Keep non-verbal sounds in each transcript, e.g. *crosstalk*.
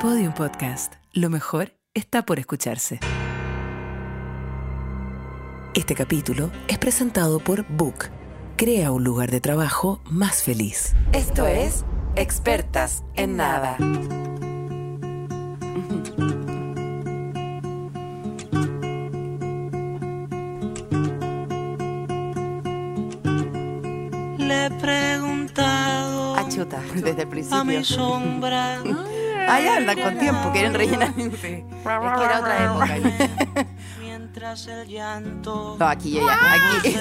Podium Podcast. Lo mejor está por escucharse. Este capítulo es presentado por Book. Crea un lugar de trabajo más feliz. Esto es Expertas en Nada. Le he preguntado Achuta, desde el a principio. mi *laughs* sombra. Ah, ya andan con tiempo, quieren rellenar. Es que era otra época. *laughs* Mientras el llanto. No, aquí ya, ya, aquí,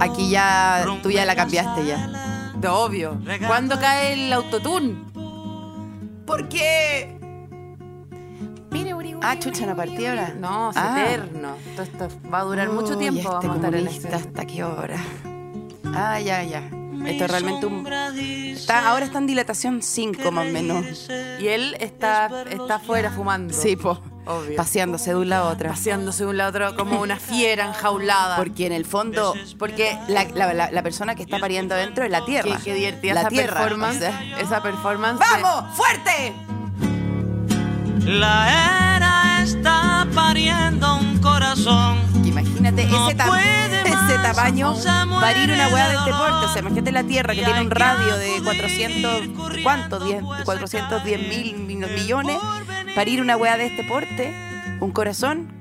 *laughs* aquí ya, tú ya la cambiaste ya. Obvio. ¿Cuándo cae el autotune? ¿Por qué? Ah, chucha, la partida ahora. No, es Ah. eterno. Todo esto va a durar mucho Uy, tiempo. este vamos a estar en comunista, este. ¿Hasta qué hora? Ah, ya, ya. mi Esto es realmente un... sombra dice está- ahora está en dilatación 5 más o menos. reírse. Y él está, está afuera fumando. Sí, po. Obvio. Paseándose de un lado a otro. Paseándose de un lado a otro como una fiera enjaulada. Porque en el fondo, porque la, la- la- la persona que está pariendo adentro es la tierra. Qué, qué divertida la esa tierra. performance. o sea. esa performance. ¡Vamos! ¡Fuerte! La era está pariendo un corazón. Que Imagínate No ese, tamaño, puede más, *laughs* ese tamaño se muere parir una hueá de este de porte. dolor. O sea, imagínate la Tierra que Y tiene hay un que radio de acudir 400, corriendo, ¿cuánto? 10, pues, 410 mil mil- el millones. porvenir. Parir una hueá de este porte, un corazón.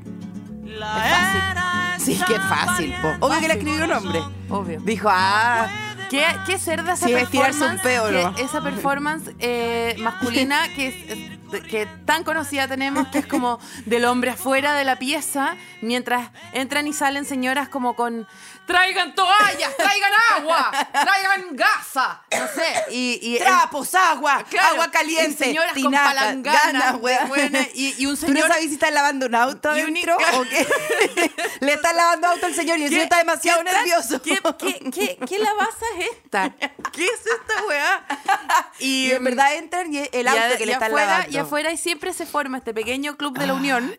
La era Sí, está qué fácil, po. pariendo Obvio que la un escribió un hombre. Obvio. Dijo, ah, ¿Qué, qué cerda esa Sí, es performance? tirarse un peo, ¿no? que- esa performance eh, masculina que, es- que tan conocida tenemos, que es como del hombre afuera de la pieza, mientras entran y salen señoras como con traigan toallas, traigan agua, traigan gasa, no sé, y, y- trapos, agua, Claro, agua y caliente, señoras con tinajas, palanganas, ganas, hueá. hueones, y- y un ¿Tú no señor- sabes si está lavando un auto Y un- adentro o qué? *laughs* Le está lavando auto al señor y el ¿Qué- señor está demasiado qué tan- nervioso. ¿Qué, qué, qué, qué lavaza es esta? ¿Qué es esta weá? *laughs* Y en verdad entran y es el auto ade- que le están afuera, lavando. Y afuera y siempre se forma este pequeño club Ah. de la unión.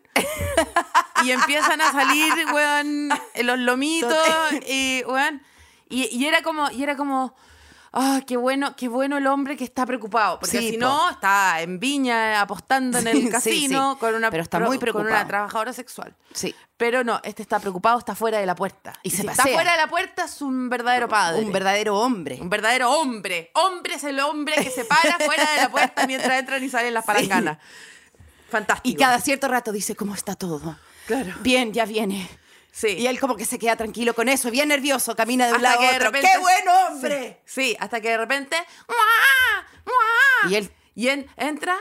y empiezan a salir, weón, los lomitos y, weón, y, y era como, y era como, ah, qué bueno, qué bueno el hombre que está preocupado, porque Sí, si po. no está en Viña apostando en *laughs* Sí, el sí, casino sí. con una Pero está muy preocupado. con una trabajadora sexual. Sí. Pero no, este está preocupado, está fuera de la puerta. Y se si pasea. está fuera de la puerta es un verdadero padre. Un verdadero hombre. Un verdadero hombre. Hombre es el hombre que *laughs* se para fuera de la puerta mientras entran y salen las palanganas. Y Fantástico. cada cierto rato dice, ¿cómo está todo? Claro. Bien, ya viene. Sí. Y él como que se queda tranquilo con eso, bien nervioso, camina de un Hasta lado que a de otro. repente- ¡Qué buen hombre! Sí, hasta que de repente. ¡mua! ¡mua! Y él- Y en- entra,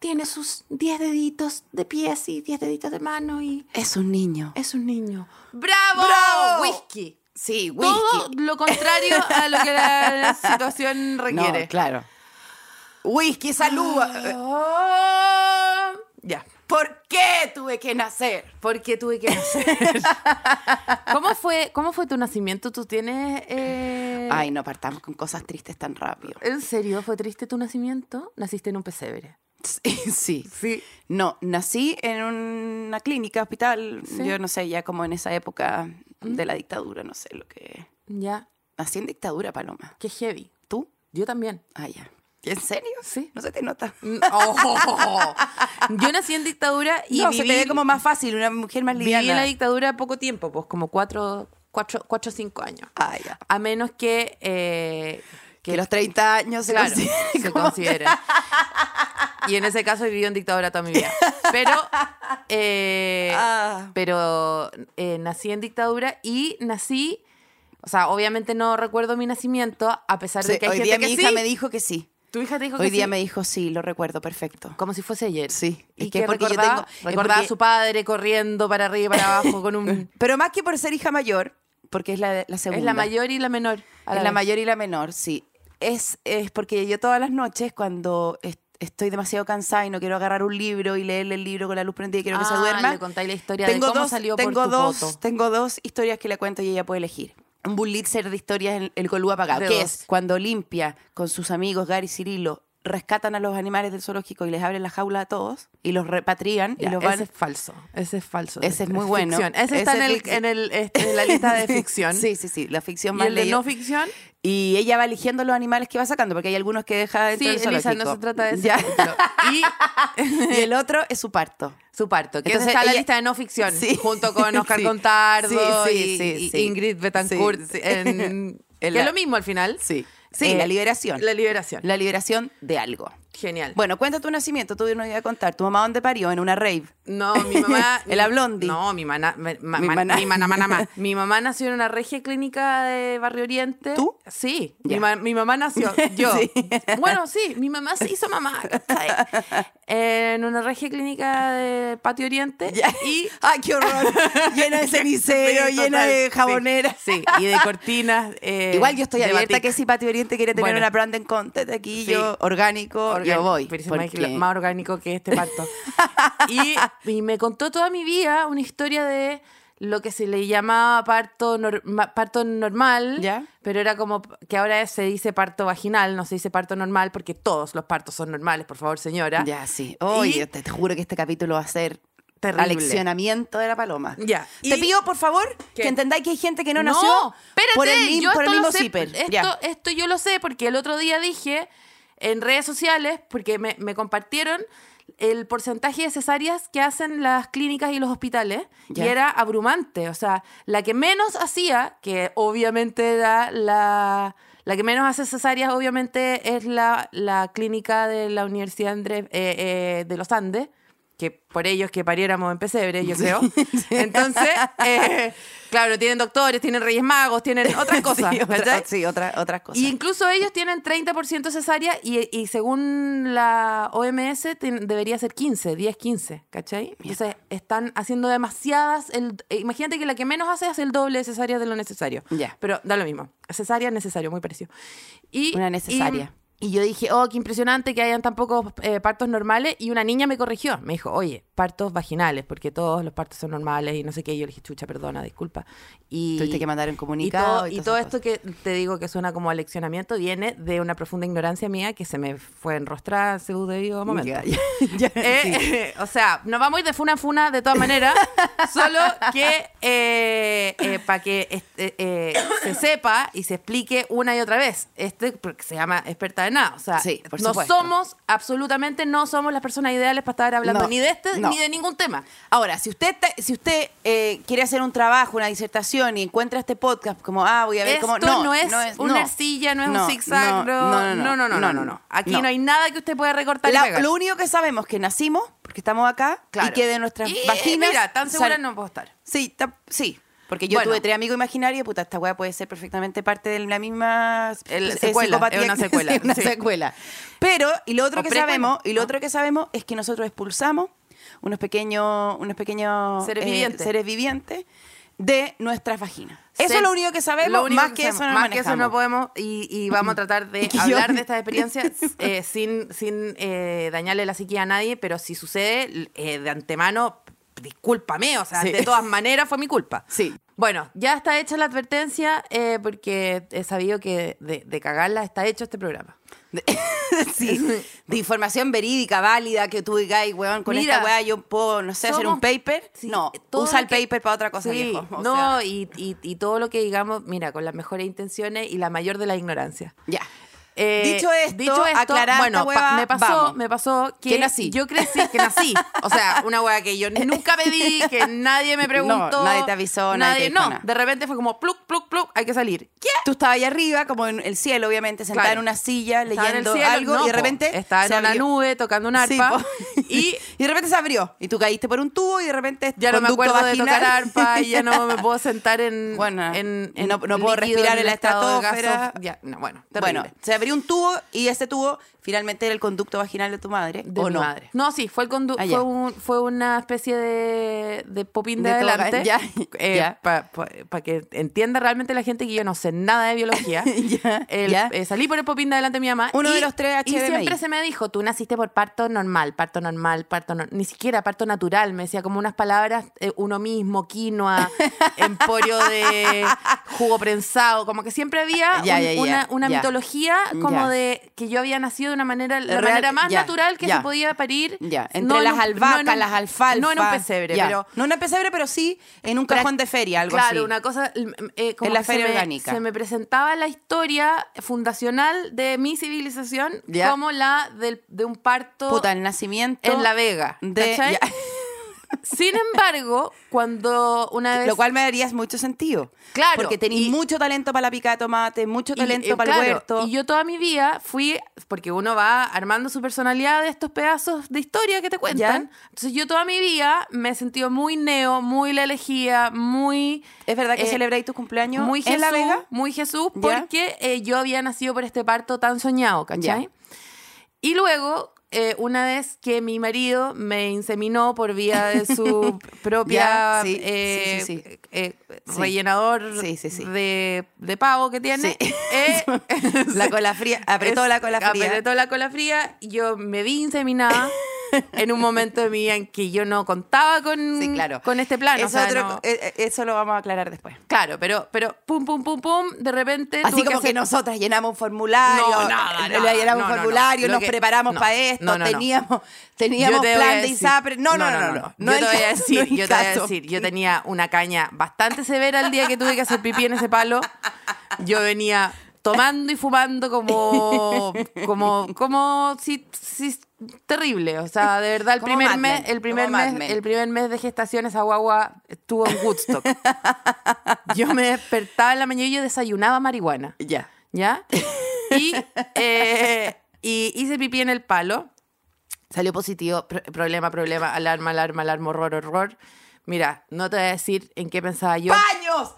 tiene sus 10 deditos de pies y 10 deditos de mano y Es un niño. es un niño. ¡Bravo! ¡Bravo! Whisky. Sí, whisky. Todo lo contrario a lo que *laughs* la situación No, requiere. claro. Whisky, salud. *laughs* Ah, Ya. ¿Por qué tuve que nacer? Porque tuve que nacer. *laughs* ¿Cómo fue, ¿Cómo fue tu nacimiento? ¿Tú tienes...? eh, Ay, no partamos con cosas tristes tan rápido. ¿En serio? ¿Fue triste tu nacimiento? Naciste en un pesebre. Sí. *laughs* Sí. No, nací en una clínica, hospital, yo no sé, ya como en esa época Mm. de la dictadura, no sé lo que... Ya. Nací en dictadura, Paloma. Qué heavy. ¿Tú? Yo también. Ah, ya. ¿En serio? Sí. No se te nota. oh. Yo nací en dictadura y no, viví, se te ve como más fácil, una mujer más viví en liviana. la dictadura poco tiempo, pues como cuatro, cuatro, cuatro o cinco años. Ah, ya. A menos que... eh, Que los 30 años se Claro, consideren *laughs* se como- considera. Y en ese caso he vivido en dictadura toda mi vida. Pero, eh, *laughs* Ah. pero eh, nací en dictadura y nací, o sea, obviamente no recuerdo mi nacimiento, a pesar Sí, de que hay hoy gente día que mi hija sí. me dijo que sí. Tu hija te dijo Hoy que día sí? me dijo sí, lo recuerdo perfecto. Como si fuese ayer. Sí, Y es que que, es porque yo recordaba, tengo- es recordaba porque- a su padre corriendo para arriba y para abajo *laughs* con un... Pero más que por ser hija mayor, porque es la, la segunda. Es la mayor y la menor. a Es la vez. mayor y la menor, sí. Es, es porque yo todas las noches, cuando est- estoy demasiado cansada y no quiero agarrar un libro y leer el libro con la luz prendida y quiero que se Ah, duerma, le contáis la historia de cómo salió por tengo tu dos, poto. Tengo dos historias que le cuento y ella puede elegir. Un bullitzer de historias en el colú apagado, De que dos. es cuando limpia con sus amigos Gary y Cirilo rescatan a los animales del zoológico y les abren la jaula a todos y los repatrian y Ya, los ese van es falso. Ese es falso. Ese es muy bueno. ficción. Ese está Ese en, el, fic- en, el, este, en la lista de *laughs* ficción. sí, sí, sí, la ficción ¿Y más el de leída. no ficción? Y ella va eligiendo los animales que va sacando, porque hay algunos que deja dentro Sí, del Elisa, no zoológico. se trata de eso. Ya. Y *laughs* Y el otro es su parto. su parto, que Entonces, está en la ella- lista de no *laughs* ficción, Sí. junto con Oscar Sí. Contardo Sí, sí, y, sí, y sí. Ingrid Betancourt. Sí, sí. *laughs* en- que la- es lo mismo al final. Sí. Sí, Eh, la liberación. La liberación. La liberación de algo. Genial. Bueno, cuenta tu nacimiento, tú no iba a contar. ¿Tu mamá dónde parió? En una rave. No, mi mamá. *laughs* El Ablondi. No, mi mamá. Mi, ma- Mi ma- maná. mi maná, *laughs* maná, ma. Mi mamá nació en una regia clínica de Barrio Oriente. ¿Tú? Sí. Ya. Mi, ma- mi mamá nació. Yo. *laughs* Sí. Bueno, sí, mi mamá se hizo mamá. *laughs* ¿cachai? En una regia clínica de Patio Oriente. *laughs* *laughs* Y. ¡Ay, qué horror! *laughs* llena de cenicero, *laughs* Sí, llena total, de sí, jabonera. Sí, y de *laughs* cortinas. eh, Igual yo estoy de abierta batik. que si Pati Oriente quiere tener Bueno. una brand and content aquí, Sí. yo orgánico, yo Orgánico, voy. pero es porque- más orgánico que este *laughs* parto. y, y me contó toda mi vida una historia de lo que se le llamaba parto, norma- parto normal, ¿Ya? pero era como que ahora se dice parto vaginal, no se dice parto normal porque todos los partos son normales, por favor, señora. Ya, sí. Oye, Y- yo te, te juro que este capítulo va a ser Terrible. aleccionamiento de la paloma. Ya. Te Y- pido, por favor, ¿Qué? que entendáis que hay gente que no, nació espérate, por el, mim- yo por el esto lo mismo sé, zipper. Esto, Ya. esto yo lo sé porque el otro día dije en redes sociales, porque me, me compartieron el porcentaje de cesáreas que hacen las clínicas y los hospitales, Ya. y era abrumante. O sea, la que menos hacía, que obviamente era la... La que menos hace cesáreas, obviamente, es la, la clínica de la Universidad Andrés, eh, eh, de los Andes, que por ellos que pariéramos en pesebre, *laughs* yo creo. Entonces, eh, claro, tienen doctores, tienen reyes *laughs* magos, tienen otras cosas. Sí, otra- ¿cachai? sí, otra- otras cosas. Y incluso ellos tienen 30% cesárea y, y según la OMS ten- debería ser 15, 10, 15, ¿cachai? Entonces están haciendo demasiadas, el, eh, imagínate que la que menos hace es el doble de cesárea de lo necesario. Ya. Pero da lo mismo, cesárea necesario, muy parecido. Y, Una necesaria. Y, y yo dije, oh, qué impresionante que hayan tan pocos eh, partos normales. Y una niña me corrigió. Me dijo, oye, partos vaginales, porque todos los partos son normales y no sé qué. Y yo le dije, chucha, perdona, disculpa. Y, Tuviste que mandar un y comunicado todo- y Y, todas todo esas esto que te digo que suena como aleccionamiento viene de una profunda ignorancia mía que se me fue enrostrada en su debido momento. Ya, *laughs* ya, ya, sí. *laughs* Eh, *laughs* o sea, nos vamos a ir de funa en funa de todas *laughs* maneras, solo que para que este, eh, se sepa y se explique una y otra vez. Este porque se llama experta de nada. O sea, Sí, por no supuesto. somos, absolutamente no somos las personas ideales para estar hablando No, ni de este no. ni de ningún tema. Ahora, si usted, ta- si usted eh, quiere hacer un trabajo, una disertación y encuentra este podcast como, ah, voy a ver Esto cómo... no, es una no. arcilla, no es No, un zigzag, no, no, no, no, no, Aquí no, hay nada que usted pueda recortar y La- pegar. lo único que sabemos es que nacimos, porque estamos acá, Claro. y que de nuestras Y, eh, vaginas... Mira, tan segura sal- no puedo estar. Sí, ta- sí. Porque yo Bueno. tuve tres amigos imaginarios, puta, esta weá puede ser perfectamente parte de la misma El- eh, secuela, psicopatía es una que- *laughs* secuela, sí, una sí. secuela. Pero, y lo otro O que precuela, sabemos, y lo ¿no? otro que sabemos es que nosotros expulsamos unos pequeños, unos pequeños Seres eh, vivientes. seres vivientes de nuestras vaginas. Eso Se- es lo único que sabemos, lo único más que, eso no sabemos. Más que eso no manejamos. podemos y, *laughs* y vamos a tratar de que yo- hablar *laughs* de estas experiencias eh, sin, sin eh, dañarle la psiquía a nadie, pero si sucede, l- eh, de antemano, discúlpame, o sea, Sí. de todas maneras fue mi culpa. *laughs* Sí. Bueno, ya está hecha la advertencia eh, porque he sabido que de, de cagarla está hecho este programa. Sí, *laughs* de información verídica, válida, que tú digas, "Ay, weón, con Mira, esta weá yo puedo, no sé, hacer somos- un paper. Sí, eh, no, todo usa lo el que- paper para otra cosa, Sí, viejo. O no, sea, y, y- y todo lo que digamos, mira, con las mejores intenciones y la mayor de la ignorancia. ya. Eh, dicho esto, aclarar bueno, esta pa- hueva, me pasó, vamos. me pasó que Que nací. yo crecí, que nací, o sea, una hueá *laughs* que yo nunca pedí, que nadie me preguntó, No, nadie te avisó, nadie te dijo no, nada. de repente fue como pluk pluk pluk, hay que salir. ¿Qué? Tú estabas ahí arriba, como en el cielo, obviamente, sentada Claro. en una silla, Estaba en el leyendo cielo, algo, no, y de po, repente. estaba se en una abrió. nube tocando un Sí, arpa po. *laughs* *laughs* y y de repente se abrió. Y tú caíste por un tubo y de repente. este ya no me conducto acuerdo de vaginal- tocar arpa, y ya no me puedo sentar en Bueno, en, no- no puedo líquido, respirar en la estado de gases. estratosfera. Ya, no, bueno, terrible. *laughs* Bueno, se abrió un tubo y ese tubo finalmente era el conducto vaginal de tu madre. de ¿O mi no? madre. No, sí, fue el condu- Ah, fue, ya. un- fue una especie de, de popín de, De tobogán, adelante. *laughs* Eh, ya, ya. Para que entienda realmente la gente que yo no sé nada de biología. *laughs* Ya, El- ya. eh, salí por el popín de adelante de mi mamá. Uno y- de los tres Y HDMI. siempre se me dijo, tú naciste por parto normal, parto normal, parto normal. Ni siquiera parto natural. Me decía como unas palabras, eh, uno *laughs* mismo, quinoa, emporio de jugo prensado. Como que siempre había Ya, un- ya, ya, una, una ya. mitología como Ya. de que yo había nacido de una manera, la Real- manera más ya, natural que ya. se podía parir. Ya, entre No en las un- no en albahacas, un- las alfalfas. No en un pesebre, ya. pero No en un pesebre, pero sí en un cajón de feria, algo claro, así. una cosa. mm, eh, como En la que se feria me- orgánica. Se me presentaba la historia fundacional de mi civilización Ya. como la del- de un parto Puta, el nacimiento. en La Vega. de- ¿cachai? ya. Sin embargo, cuando una vez. *laughs* Lo cual me darías mucho sentido. Claro, Porque tenéis y- mucho talento para la pica de tomate, mucho y, talento eh, para claro, el huerto. Y yo toda mi vida fui, porque uno va armando su personalidad de estos pedazos de historia que te cuentan. Entonces yo toda mi vida me he sentido muy neo, muy la elegía, muy... ¿Es verdad que eh, celebráis tus cumpleaños muy Jesús, en La Vega? Muy Jesús, Ya. porque eh, yo había nacido por este parto tan soñado, ¿cachai? Ya. Y luego, eh, una vez que mi marido me inseminó por vía de *laughs* su propia Ya, sí, eh, sí, sí, sí. eh, Sí. rellenador Sí, sí, sí. De, de pavo que tiene, Sí. *laughs* eh, *laughs* La cola fría, apretó es- la cola fría. Apretó la cola fría. Yo me vi inseminada en un momento de mi vida en que yo no contaba con, Sí, claro. con este plano. o Eso, sea, otro- no- eh, eh, eso lo vamos a aclarar después. Claro, pero, pero pum, pum, pum, pum, de repente. Así tuve como que, hacer- nosotras llenamos un formulario, No, nada, le nada. llenamos No, un no, no. formulario, Lo nos que- preparamos no. para esto, No, no, no. teníamos, Yo teníamos te voy a plan de decir- ISAPRE. No, no, no, no. no, no Yo el te voy a caso, no decir, el yo te voy a caso. decir, yo tenía una caña bastante severa el día que tuve que hacer pipí en ese palo. Yo venía tomando y fumando como, como, como si, si- terrible. O sea, de verdad, el Como primer Mad Men, mes, el primer como Mad mes, Men. el primer mes de gestación esa guagua estuvo en Woodstock. Yo me despertaba en la mañana y yo desayunaba marihuana. Ya. *laughs* ¿ya? Y, eh, y hice pipí en el palo. Salió positivo. Pro- problema, problema. Alarma, alarma, alarma, horror, horror. Mira, no te voy a decir en qué pensaba yo. ¡Paños!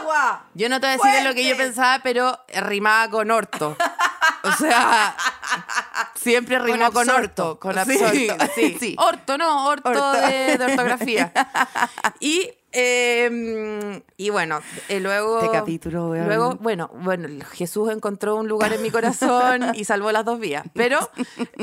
¡Agua! Yo no te voy a decir en lo que yo ¡Fuentes! pensaba, pero rimaba con orto. O sea, siempre rimó con, absorto, orto. Con sí, absorto. Sí, *laughs* sí. Orto, no, orto, Orto. De, de *laughs* ortografía. Y, eh, y bueno, eh, luego. Este capítulo, weón. Luego, bueno, bueno, Jesús encontró un lugar en mi corazón y salvó las dos vías. Pero,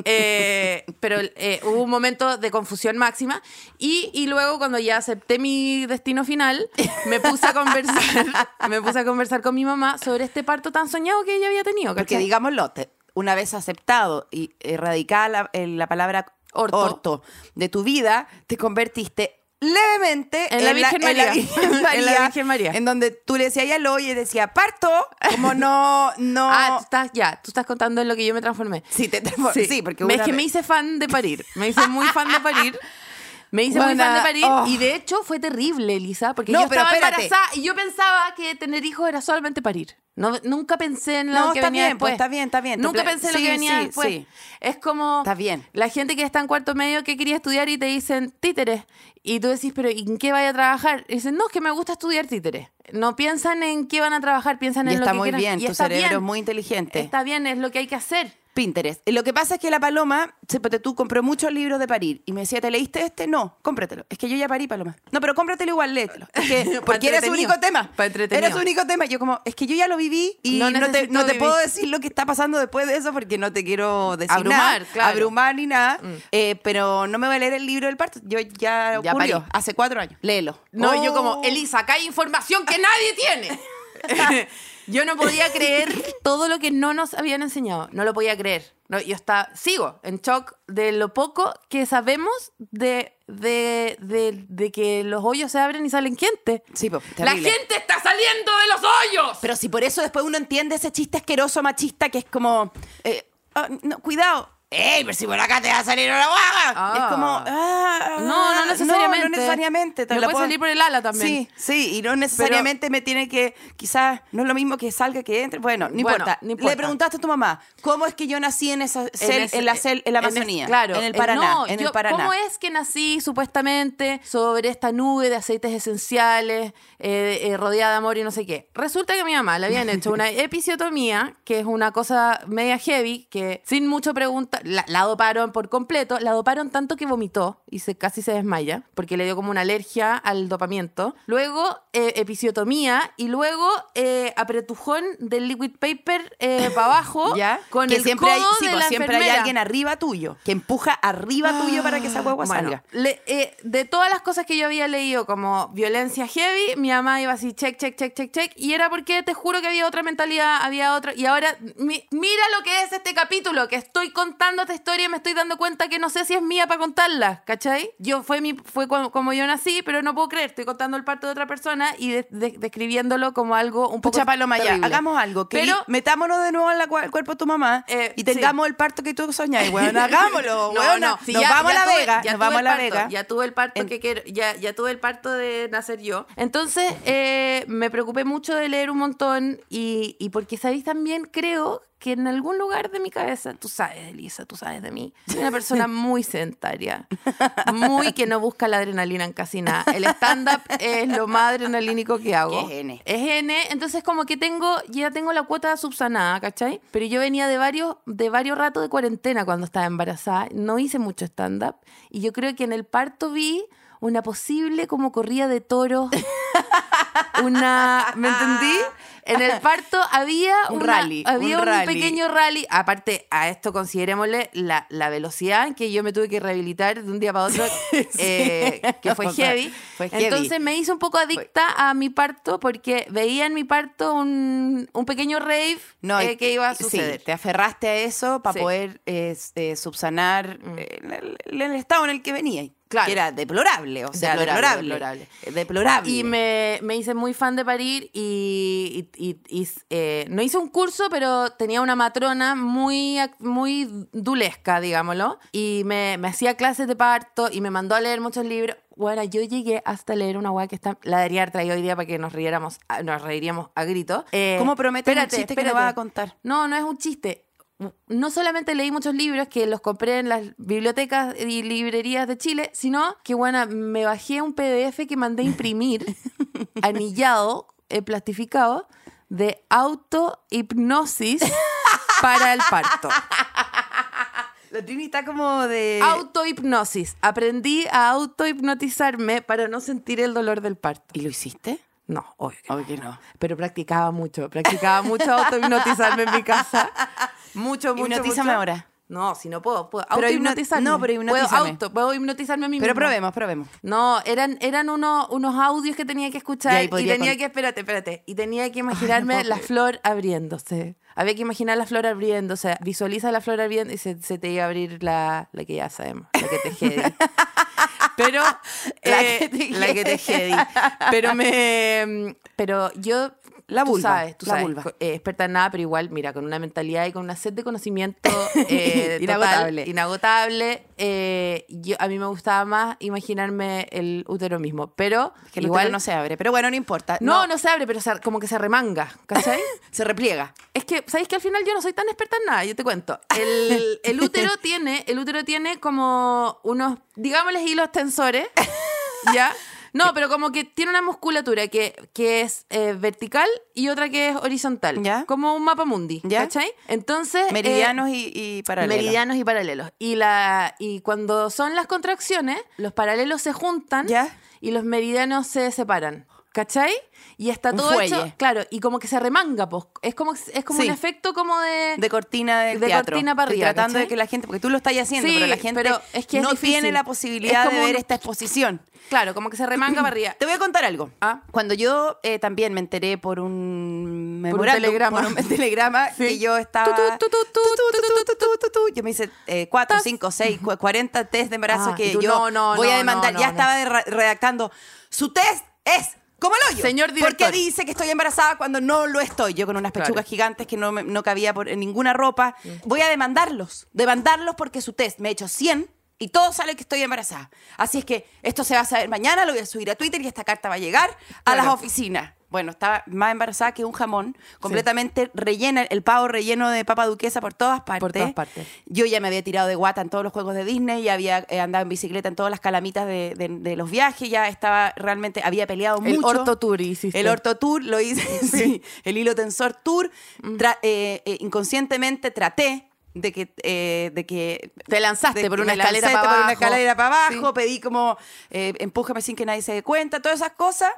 eh, pero eh, hubo un momento de confusión máxima. Y, y luego, cuando ya acepté mi destino final, me puse a conversar, me puse a conversar con mi mamá sobre este parto tan soñado que ella había tenido. Porque ¿cachai? digámoslo, te- una vez aceptado y erradicada la, eh, la palabra Orto. orto. de tu vida, te convertiste levemente En la Virgen María. Virgen *laughs* En la María, Virgen María. en donde tú le decías ya lo y decía parto, como no, no. Ah, tú estás, ya, tú estás contando en lo que yo me transformé. sí, te transform- sí, porque Me- es una que vez- me hice fan de parir. Me hice muy fan de parir. Me hice muy Buena, fan de parir. oh. Y de hecho fue terrible, Elisa, porque No, yo pero estaba espérate. embarazada y yo pensaba que tener hijos era solamente parir. No, nunca pensé en lo No, que está venía bien, después. pues, está bien, está bien. Tu Nunca plan- pensé en lo sí, que venía sí, después. sí. Es como Está bien. la gente que está en cuarto medio que quería estudiar y te dicen títeres. Y tú decís, pero ¿y ¿en qué vaya a trabajar? Y dicen, no, es que me gusta estudiar títeres. No piensan en qué van a trabajar, piensan Y en lo está que muy quieran. bien, Y tu está cerebro bien, es muy inteligente. Está bien, es lo que hay que hacer. Pinterest. Y Lo que pasa es que la paloma, se- ponte tú, compró muchos libros de parir y me decía, ¿te leíste este? No, cómpratelo. Es que yo ya parí, paloma. No, pero cómpratelo igual, léetelo. Es que- *laughs* Pa' porque era su entretenido. único tema. Pa' entretenido. Era su único tema. Yo como, es que yo ya lo viví y No no, te, necesito no te vivir. puedo decir lo que está pasando después de eso porque no te quiero decir Abrumar, nada. claro. Mm. Abrumar ni nada. Eh, pero no me voy a leer el libro del parto. Yo ya, Ya ocurrió. parí. Hace cuatro años. Léelo. No, yo Oh. como, Elisa, acá hay información que nadie *laughs* tiene. *laughs* yo no podía creer todo lo que no nos habían enseñado. No lo podía creer. No, yo estaba, sigo en shock de lo poco que sabemos de, de, de, de que los hoyos se abren y salen gente. Sí, po, ¡La terrible. gente está saliendo de los hoyos! Pero si por eso después uno entiende ese chiste asqueroso machista que es como, eh, ah, no, cuidado. ¡Ey, pero si por acá te va a salir una guagua! Ah. Es como, ah, No, no necesariamente. No, no necesariamente. te Le la puede puedo- salir por el ala también. Sí, sí, y no necesariamente me tiene que, quizás no es lo mismo que salga que entre. Bueno, no Bueno, importa. no importa. Le preguntaste a tu mamá, ¿cómo es que yo nací en esa cel- en, ese- la cel- en la en ese- Amazonía? claro, En el eh, Paraná. no, en yo- el Paraná. ¿Cómo es que nací supuestamente sobre esta nube de aceites esenciales, eh, eh, rodeada de amor y no sé qué? Resulta que a *laughs* mi mamá le habían hecho una episiotomía, que es una cosa media heavy, que sin mucho pregunta, sa- la, la doparon por completo, la doparon tanto que vomitó y se, casi se desmaya porque le dio como una alergia al dopamiento. Luego eh, episiotomía y luego eh, apretujón del liquid paper para *laughs* abajo ¿Ya? con que el siempre hay, codo sí, de pues, la siempre hay enfermera. alguien arriba tuyo, que empuja arriba tuyo para que esa huevo Bueno, salga. Ah, le- eh, de todas las cosas que yo había leído como violencia heavy, mi mamá iba así, check, check, check, check, check. Y era porque te juro que había otra mentalidad, había otra. Y ahora, mi- mira lo que es este capítulo, que estoy contando esta historia y me estoy dando cuenta que no sé si es mía para contarla, ¿cachai? Yo fue, mi, fue como, como yo nací, pero no puedo creer, estoy contando el parto de otra persona y de- de- describiéndolo como algo un poco... Pucha Paloma, ya, terrible. hagamos algo. Que Pero- metámonos de nuevo en la cua- el cuerpo de tu mamá Eh, y tengamos el parto que tú *laughs* soñás, weón. Hagámoslo, weón. si nos ya- vamos ya a la tuve- vega, nos ya tuve vamos a el la parto, vega. Ya tuve el parto En- que quiero, ya, ya tuve el parto de nacer yo. *laughs* Entonces, eh, me preocupé mucho de leer un montón y, y porque sabéis también, creo que en algún lugar de mi cabeza, tú sabes, Elisa, tú sabes de mí, soy una *laughs* persona muy sedentaria, muy que no busca la adrenalina en casi nada. El stand-up es lo más adrenalínico que hago. Que es N. Es N, entonces como que tengo, ya tengo la cuota subsanada, ¿cachai? Pero yo venía de varios, de varios ratos de cuarentena cuando estaba embarazada, no hice mucho stand-up y yo creo que en el parto vi una posible como corrida de *laughs* toros, una, ¿me entendí? En el parto había Un una- rally, había un un, rally. pequeño rally. Aparte, a esto considerémosle la, la velocidad en que yo me tuve que rehabilitar de un día para *laughs* otro, eh, que fue O sea, heavy. fue heavy. Entonces me hizo un poco adicta a mi parto porque veía en mi parto un, un pequeño rave No, eh, y- que iba a sí, suceder. te aferraste a eso para Sí. poder eh, s- eh, subsanar Mm. eh, el, el- el estado en el que venía. Claro. Que era deplorable, o sea, deplorable. Deplorable, Deplorable. deplorable. Y me, me hice muy fan de parir y, y- y- y, eh, no hice un curso, pero tenía una matrona muy, ac- muy dulesca, digámoslo. Y me, me hacía clases de parto y me mandó a leer muchos libros. Bueno, yo llegué hasta leer una guay que está, la debería haber traído hoy día para que nos riéramos, a- nos reiríamos a grito. Eh, ¿Cómo prometes un chiste que no vas a espérate. contar? No, no es un chiste. No solamente leí muchos libros que los compré en las bibliotecas y librerías de Chile, sino que, bueno, me bajé un PDF que mandé a imprimir, *laughs* anillado, eh, plastificado, de autohipnosis para el *laughs* parto. La Trini está como de... Autohipnosis. Aprendí a autohipnotizarme para no sentir el dolor del parto. ¿Y lo hiciste? No, obvio que no. Obvio que no. Pero practicaba mucho, practicaba mucho autohipnotizarme en *laughs* mi casa. Mucho, mucho, Hipnotízame mucho. ahora. No, si no puedo, puedo Pero hipno- autohipnotizarme. no, pero Puedo, hipnotízame. auto, puedo hipnotizarme a mí Pero misma. probemos, probemos. No, eran, eran uno- unos audios que tenía que Ya, escuchar y y, podría tenía con- que, espérate, espérate, y tenía que imaginarme la flor abriéndose. Había que imaginar la flor abriéndose. Visualiza la flor abriendo y se, se te iba a abrir la, la que ya sabemos, la que *laughs* te jedi. Pero La eh, que te la que te jedi. Pero me pero yo La tú vulva, sabes, tú la sabes, vulva. co- eh, experta en nada, pero igual, mira, con una mentalidad y con una sed *laughs* de conocimiento eh, total, Inagotable. inagotable. eh, yo, a mí me gustaba más imaginarme el útero mismo, pero Que igual igual no se abre. Pero bueno, no importa. No, no se abre, pero se- como que se remanga, ¿cachai? *laughs* Se repliega. Es que, ¿sabéis que al final yo no soy tan experta en nada? Yo te cuento. El, el útero *laughs* tiene, el útero tiene como unos, digámosles, *laughs* hilos tensores, ¿ya? No, pero como que tiene una musculatura que, que es eh, vertical y otra que es horizontal. ¿Ya? Como un mapa mundi, ¿Ya? ¿cachai? Entonces... eh, Meridianos y, y paralelos. Meridianos y paralelos. Y, la, y cuando son las contracciones, los paralelos se juntan Ya. y los meridianos se separan. ¿Cachai? Y está Un todo hecho. fuelle. Claro, y como que se remanga, pues. Es como, es como Sí. un efecto como de. De cortina del De teatro. cortina para Estoy arriba, Tratando de ¿cachai? que la gente, porque tú lo estás haciendo, Sí, pero la gente pero es que es no difícil. tiene la Es posibilidad de como ver un- esta exposición. Claro, como que se remanga *clears throat* para arriba. Te voy a contar algo. Ah. Cuando yo eh, también me enteré por un un memorándum, telegrama. por un *laughs* telegrama Sí. que yo estaba. Tu, tu, tu, tu, Tu, tu, tu, tu, tu, tu, tu. Yo me hice eh, cuatro, cinco, seis, cu- 40 test de embarazo Ah, que y tú, yo no, no, voy a no, demandar. no, ya no. estaba de- ra- redactando. Su test es. ¿Cómo lo yo? Señor Porque director. dice que estoy embarazada cuando no lo estoy. Yo con unas Claro. pechugas gigantes que no, me- no cabía por, en ninguna ropa. Voy a demandarlos. Demandarlos porque su test me ha hecho 100 y todo sale que estoy embarazada. Así es que esto se va a saber mañana, lo voy a subir a Twitter y esta carta va a llegar a Claro. las oficinas. Bueno, estaba más embarazada que un jamón, completamente rellena, el pavo relleno de papa duquesa por todas partes. Por todas partes. Yo ya me había tirado de guata en todos los juegos de Disney, ya había eh, andado en bicicleta en todas las calamitas de, de- de los viajes, ya estaba realmente, había peleado El mucho. orto tour hiciste. El orto tour lo *laughs* Mm. hice, sí. El hilo tensor tour. Tra- eh, eh, inconscientemente traté de que, eh, de que Te lanzaste de- por me una escalera lancé para por abajo. una escalera para abajo, Sí. pedí como eh, empújame sin que nadie se dé cuenta, todas esas cosas.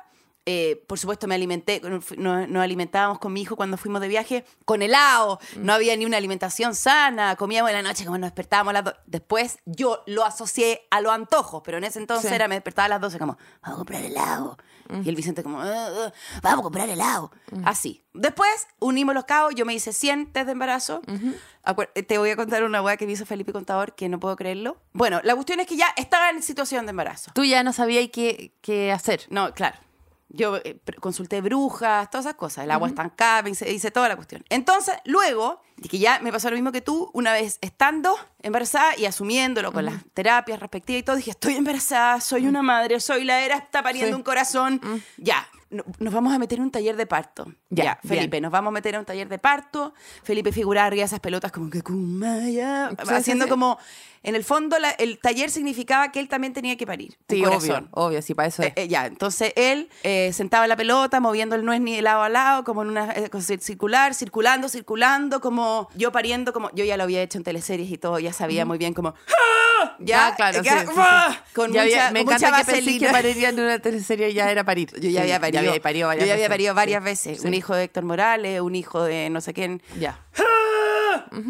Eh, por supuesto, me alimenté, con- nos, nos alimentábamos con mi hijo cuando fuimos de viaje con helado, Mm. no había ni una alimentación sana, comíamos en la noche como nos despertábamos a las dos. Después yo lo asocié a los antojos, pero en ese entonces Sí. era, me despertaba a las 12 como, vamos a comprar helado. Y el Vicente como, "Ah, ah, vamos a comprar helado. Así. Después unimos los cabos, yo me hice 100 test de embarazo. Acuer- eh, Te voy a contar una hueá que me hizo Felipe Contador, que no puedo creerlo. Bueno, la cuestión es que ya estaba en situación de embarazo. Tú ya no sabías qué, qué hacer. No, claro. Yo eh, pre- consulté brujas, todas esas cosas. El agua estancada, me hice, hice toda la cuestión. Entonces, luego, de que ya me pasó lo mismo que tú, una vez estando embarazada y asumiéndolo con las terapias respectivas y todo, dije, estoy embarazada, soy una madre, soy la era, está pariendo Sí. un corazón. Ya, no- nos vamos a meter en un taller de parto. Ya, Ya, Felipe, bien. nos vamos a meter en un taller de parto. Felipe figuraba arriba de esas pelotas como que "Kumaya", Sí, sí, haciendo sí. como... En el fondo, la- el taller significaba que él también tenía que parir. un Sí, corazón. obvio, obvio, sí, para eso es. Eh, eh, ya, entonces él eh, sentaba la pelota, moviendo el nuez ni de lado a lado, como en una eh, cosa circular, circulando, circulando, como yo pariendo, como yo ya lo había hecho en teleseries y todo, ya sabía muy bien como... ¡Ah! Ya, Ah, claro, eh, sí, ya, sí, sí. ¡ah! Con Ya mucha, había- me con encanta mucha que pensé que vaselina. pariría en una teleserie ya era parir. Yo ya Sí, había parido. Ya había parido varias Yo ya había veces. parido varias Sí, veces. sí. Un hijo de Héctor Morales, un hijo de no sé quién. Ya.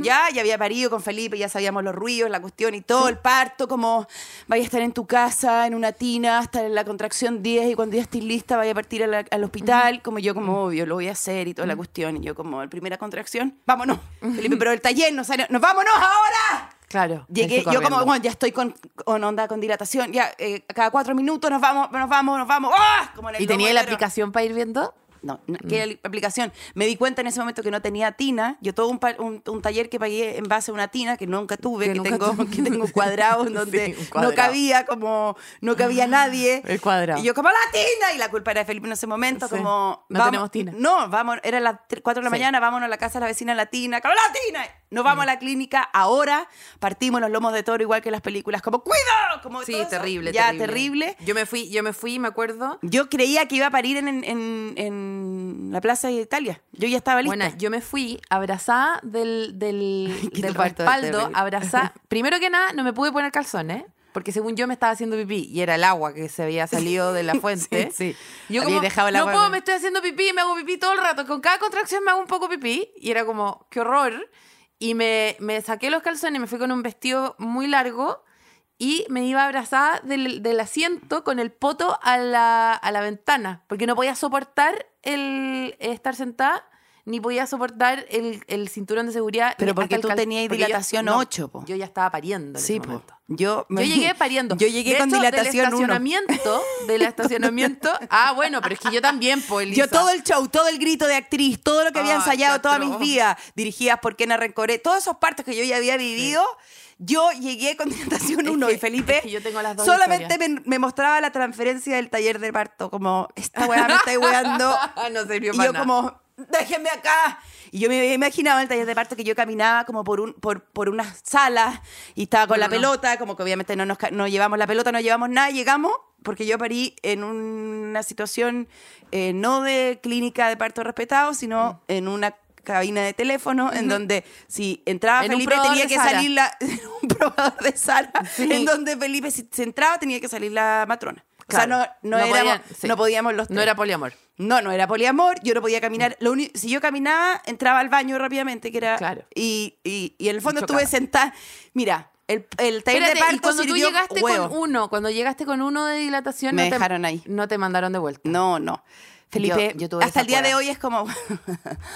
Ya, ya había parido con Felipe, ya sabíamos los ruidos, la cuestión y todo, el parto, como vaya a estar en tu casa, en una tina, hasta la contracción 10 y cuando ya estés lista vaya a partir a la- al hospital, como yo como obvio, lo voy a hacer y toda la cuestión, y yo como la primera contracción, vámonos, Felipe, pero el taller no salió, nos vámonos ahora. Claro. Llegué, saliste yo como, corriendo. bueno, ya estoy con, con onda, con dilatación, ya eh, cada cuatro minutos nos vamos, nos vamos, nos vamos, ¡ah! Como en el ¿Y tenía globo, la pero- aplicación para ir viendo? no, no, ¿qué Mm. apl- aplicación? Me di cuenta en ese momento que no tenía tina. Yo todo un, pa- un- un taller que pagué en base a una tina que nunca tuve, que, Que nunca tengo, tuve. que tengo *laughs* cuadrado en donde Sí, un cuadrado. no cabía, como no cabía nadie. *laughs* El cuadrado. Y yo como, ¡la tina! Y la culpa era de Felipe en ese momento, Sí, como... no tenemos tina. No, vamos, era las 4 de la Sí. Mm. mañana, vámonos a la casa de la vecina latina, como, ¡la tina! Nos vamos a la clínica ahora, partimos los lomos de toro igual que en las películas, como, ¡cuidado! Como todo eso. Ya, terrible. Yo me fui, yo me fui, me acuerdo. Yo creía que iba a parir en, en- en- en la Plaza de Italia. Yo ya estaba lista. Bueno, yo me fui abrazada del, *laughs* del, Qué del parto respaldo, terrible. *laughs* abrazada. Primero que nada, no me pude poner calzones, porque según yo me estaba haciendo pipí y era el agua que se había salido *laughs* de la fuente. sí. Yo Había como, dejado el no agua- puedo, me estoy haciendo pipí, me hago pipí todo el rato. Con cada contracción me hago un poco pipí y era como, qué horror. Y me, me saqué los calzones, me fui con un vestido muy largo y me iba abrazada del, del asiento con el poto a la, a la ventana, porque no podía soportar el estar sentada ni podía soportar el, el cinturón de seguridad. Pero ni- porque hasta el tú cal- tenías porque yo- dilatación no, ocho, po. Yo ya estaba pariendo en Sí, ese po. momento. Yo, Yo me- *laughs* llegué pariendo. Yo llegué De con hecho, dilatación del uno. estacionamiento, *laughs* del estacionamiento. Ah, bueno, pero es que yo también, pues, Yo todo el show, todo el grito de actriz, todo lo que había Ah, ensayado qué todas mis atroz. vidas, dirigidas por Kena Rencoré, todos esos partos que yo ya había vivido, yo llegué con *laughs* Tentación Es 1 que- y Felipe es que yo tengo las dos solamente me, me mostraba la transferencia del taller de parto, como, esta weá me está weando. *laughs* no sirvió Y para yo nada. como, déjenme acá. Y yo me imaginaba en el taller de parto que yo caminaba como por, un, por, por unas salas y estaba con No, la no. pelota, como que obviamente no, nos, ca- no llevamos la pelota, no llevamos nada, llegamos porque yo parí en una situación eh, no de clínica de parto respetado, sino Mm. en una cabina de teléfono en donde si entraba En un Felipe probador tenía de que Sara. salir la, *laughs* en un probador de Sara en donde Felipe si se entraba tenía que salir la matrona. O sea, Claro. no, no, éramos- podían- sí. no podíamos los No tres. era poliamor. No, no era poliamor, yo no podía caminar. Lo uni- si yo caminaba, entraba al baño rápidamente, que era. Claro. Y, y- y en el fondo Y estuve chocaba. sentada. Mira, el, el taller Espérate, de y parto cuando tú sirvió llegaste huevo. con uno, cuando llegaste con uno de dilatación, Me no te, dejaron ahí. No te mandaron de vuelta. No, no. Felipe, Yo- yo tuve hasta esa el día de cueva. hoy es como. *laughs*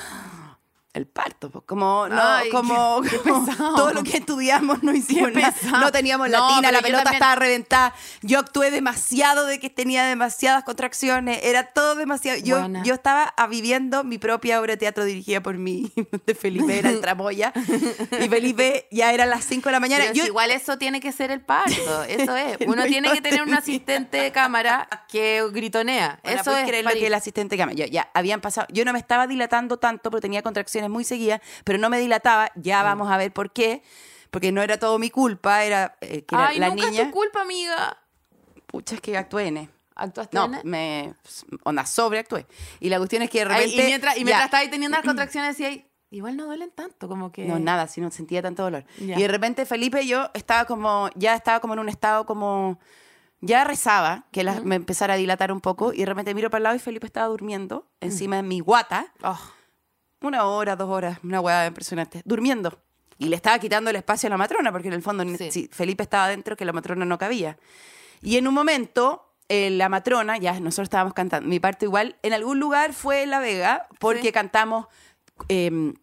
El parto, pues, como, no, Ay, como, *laughs* qué- qué como pesado. todo lo que estudiamos no hicimos Qué nada. pesado. No teníamos la No, tina, pero la yo pelota también- estaba reventada. Yo actué demasiado de que tenía demasiadas contracciones, era todo demasiado. Yo, Buena. yo estaba ah, viviendo mi propia obra de teatro dirigida por mí, *laughs* de Felipe, era el *laughs* tramoya. Y Felipe ya era las 5 de la mañana. Pero Yo- si igual eso tiene que ser *laughs* el parto, eso es. No, Uno tiene yo que tener un tenía- asistente de cámara que gritonea. Bueno, eso ¿puedes es. creer lo parir. que el asistente cama. Yo, ya habían pasado. Yo no me estaba dilatando tanto, pero tenía contracciones muy seguidas, pero no me dilataba. Ya Mm. vamos a ver por qué. Porque no era todo mi culpa, era eh, que era Ay, la nunca niña. es tu culpa, amiga. Pucha, es que actué N. ¿Actuaste No, bien, eh? me. Onda, sobreactué. Y la cuestión es que de Ay, repente. y mientras, y ya, mientras estaba ahí teniendo las contracciones, decía ahí, igual no duelen tanto, como que. No, nada, si no sentía tanto dolor. Ya. Y de repente Felipe yo estaba como, ya estaba como en un estado como, ya rezaba que la- me empezara a dilatar un poco y de repente miro para el lado y Felipe estaba durmiendo Mm. encima de mi guata, Oh, una hora, dos horas, una hueá impresionante, durmiendo. Y le estaba quitando el espacio a la matrona, porque en el fondo Sí. si Felipe estaba adentro que la matrona no cabía. Y en un momento, eh, la matrona, ya nosotros estábamos cantando, mi parte igual, en algún lugar fue La Vega, porque Sí. cantamos eh,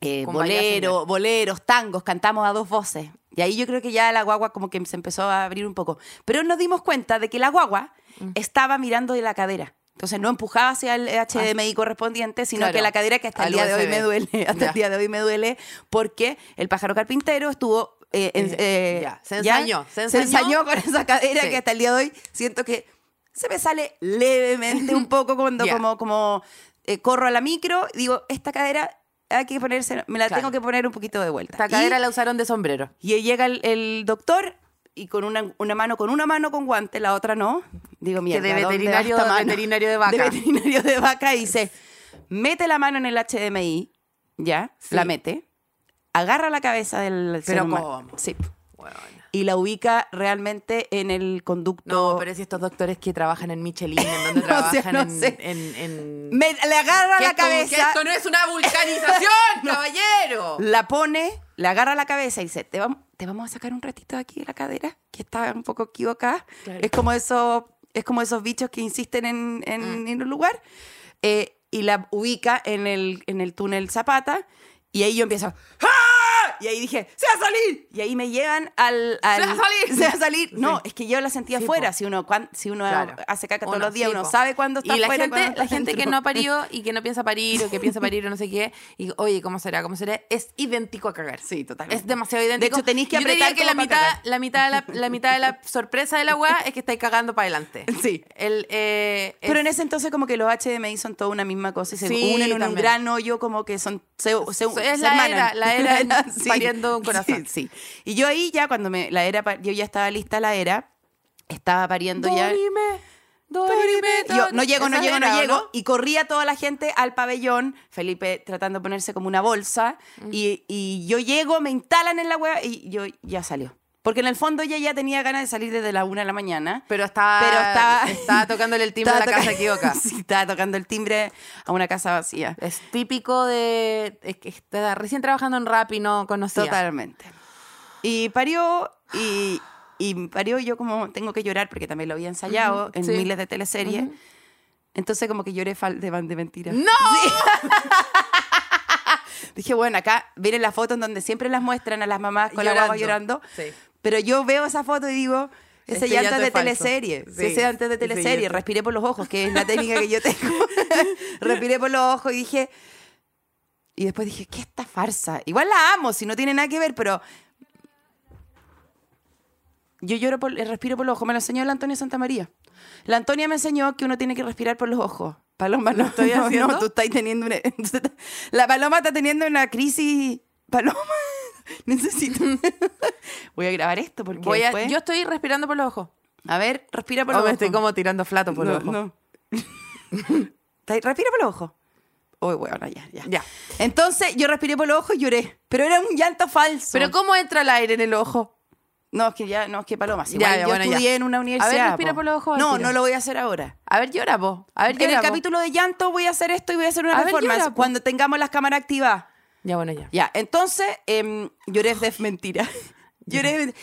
eh, Con María bolero, Señor. boleros, tangos, cantamos a dos voces. Y ahí yo creo que ya la guagua como que se empezó a abrir un poco. Pero nos dimos cuenta de que la guagua Mm. estaba mirando de la cadera. Entonces no empujaba hacia el HDMI correspondiente, sino Claro. que la cadera que hasta el Al día de hoy USB. me duele, *laughs* hasta Ya. el día de hoy me duele, porque el pájaro carpintero estuvo... eh, en- Eh, eh, ya, se ensañó, se se ensañó. ensañó con esa cadera Sí. que hasta el día de hoy siento que se me sale levemente un poco cuando *laughs* Ya. como, como eh, corro a la micro, digo, esta cadera hay que ponerse, me la Claro. tengo que poner un poquito de vuelta. esta Y- cadera la usaron de sombrero. y ahí llega el, el doctor y con una, una mano con una mano con guante, la otra no. Digo, mierda, de ¿dónde va veterinario- esta mano? veterinario de vaca. De veterinario de vaca y dice, mete la mano en el HDMI, ya, Sí. la mete, agarra la cabeza del ser Pero humano. ¿cómo? Sí. Bueno. Y la ubica realmente en el conducto. No, pero si estos doctores que trabajan en Michelin, en donde *laughs* No sé, trabajan no en, sé. en- en- Me- le agarra Que la esto- que cabeza, esto no es una *laughs* vulcanización, caballero. la pone, le agarra la cabeza y dice, te vamos, te vamos a sacar un ratito de aquí de la cadera, que está un poco equivocada. Claro. Es como esos, es como esos bichos que insisten en, en, Ah. en un lugar. Eh, y la ubica en el, en el túnel Zapata. Y ahí yo empiezo. ¡Ah! Y ahí dije, ¡se va a salir! Y ahí me llevan al. al- ¡Se va a salir! *laughs* ¡Se va a salir! No, Sí. es que yo la sentía Sí, afuera. po. Si uno, cuan- si uno Claro. hace caca todos Uno, los días, sí, uno po. sabe cuándo está y la afuera y gente, cuándo está la gente que dentro. no ha parido y que no piensa parir o que piensa parir o no sé qué, y oye, ¿cómo será? ¿Cómo será? Es idéntico a cagar. Sí, totalmente. Es demasiado idéntico. De hecho, tenéis que Yo te diría apretar que la como pa' mitad, cagar. la mitad de la, la mitad de la sorpresa de la weá es que estáis cagando para adelante. Sí. El, eh, es- Pero en ese entonces como que los HDMI son toda una misma cosa y se Sí, unen en un también. gran hoyo como que son se, se- Es se la hermanan. era, la *laughs* era en- sí, pariendo un *laughs* corazón. Sí, sí. Y yo ahí ya cuando me la era pa- yo ya estaba lista la era, estaba pariendo ya. Dorime, dorime, Y Yo, no llego, no Esa llego, no era, ¿o llego. Y corría toda la gente al pabellón, Felipe tratando de ponerse como una bolsa. Y, y yo llego, me instalan en la web y yo ya salió. Porque en el fondo ella ya tenía ganas de salir desde la una de la mañana. Pero estaba, Pero estaba- estaba tocándole el timbre a la Estaba casa toca- equivocada. *laughs* Sí, estaba tocando el timbre a una casa vacía. Es típico de. Es que está recién trabajando en rap y no conocía. Totalmente. Y parió y, y parió y yo como tengo que llorar porque también lo había ensayado en sí. miles de teleseries. Entonces como que lloré fal de, de mentira. *laughs* ¡No! Dije, bueno, acá vienen las fotos en donde siempre las muestran a las mamás con la guagua llorando. Sí. Pero yo veo esa foto y digo, ese Este llanto, llanto es de es falso. teleserie. Sí, Ese llanto es de ese teleserie. llanto. Respiré por los ojos, que es la técnica que *laughs* yo tengo. *laughs* Respiré por los ojos y dije. Y después dije, ¿qué esta farsa? Igual la amo, si no tiene nada que ver, pero. Yo lloro por, eh, respiro por los ojos. Me lo enseñó la Antonia Santa María. La Antonia me enseñó que uno tiene que respirar por los ojos. Paloma, *laughs* no, estoy no, haciendo? no, tú estás teniendo una... *laughs* La paloma está teniendo una crisis... Paloma, *laughs* *laughs* necesito... Voy a grabar esto porque Voy a, después- yo estoy respirando por los ojos. A ver, respira por O los me ojos. estoy como tirando flato por No, los ojos. no. *laughs* Está- Respira por los ojos. Uy, bueno, ya, ya. Ya. Entonces yo respiré por los ojos y lloré. Pero era un llanto falso. Pero ¿cómo entra el aire en el ojo? No, es que ya, no, es que Paloma. si Ya, igual ya, yo bueno, ya. estudié en una universidad. respira po. por los ojos al No, tiro. no lo voy a hacer ahora. A ver, llora vos. A ver, En llora el vos. capítulo de llanto voy a hacer esto y voy a hacer una A ver, performance llora, po. cuando tengamos las cámaras activadas. Ya, bueno, ya. Ya, entonces em, lloré de *laughs* mentira. *laughs* lloré de mentira.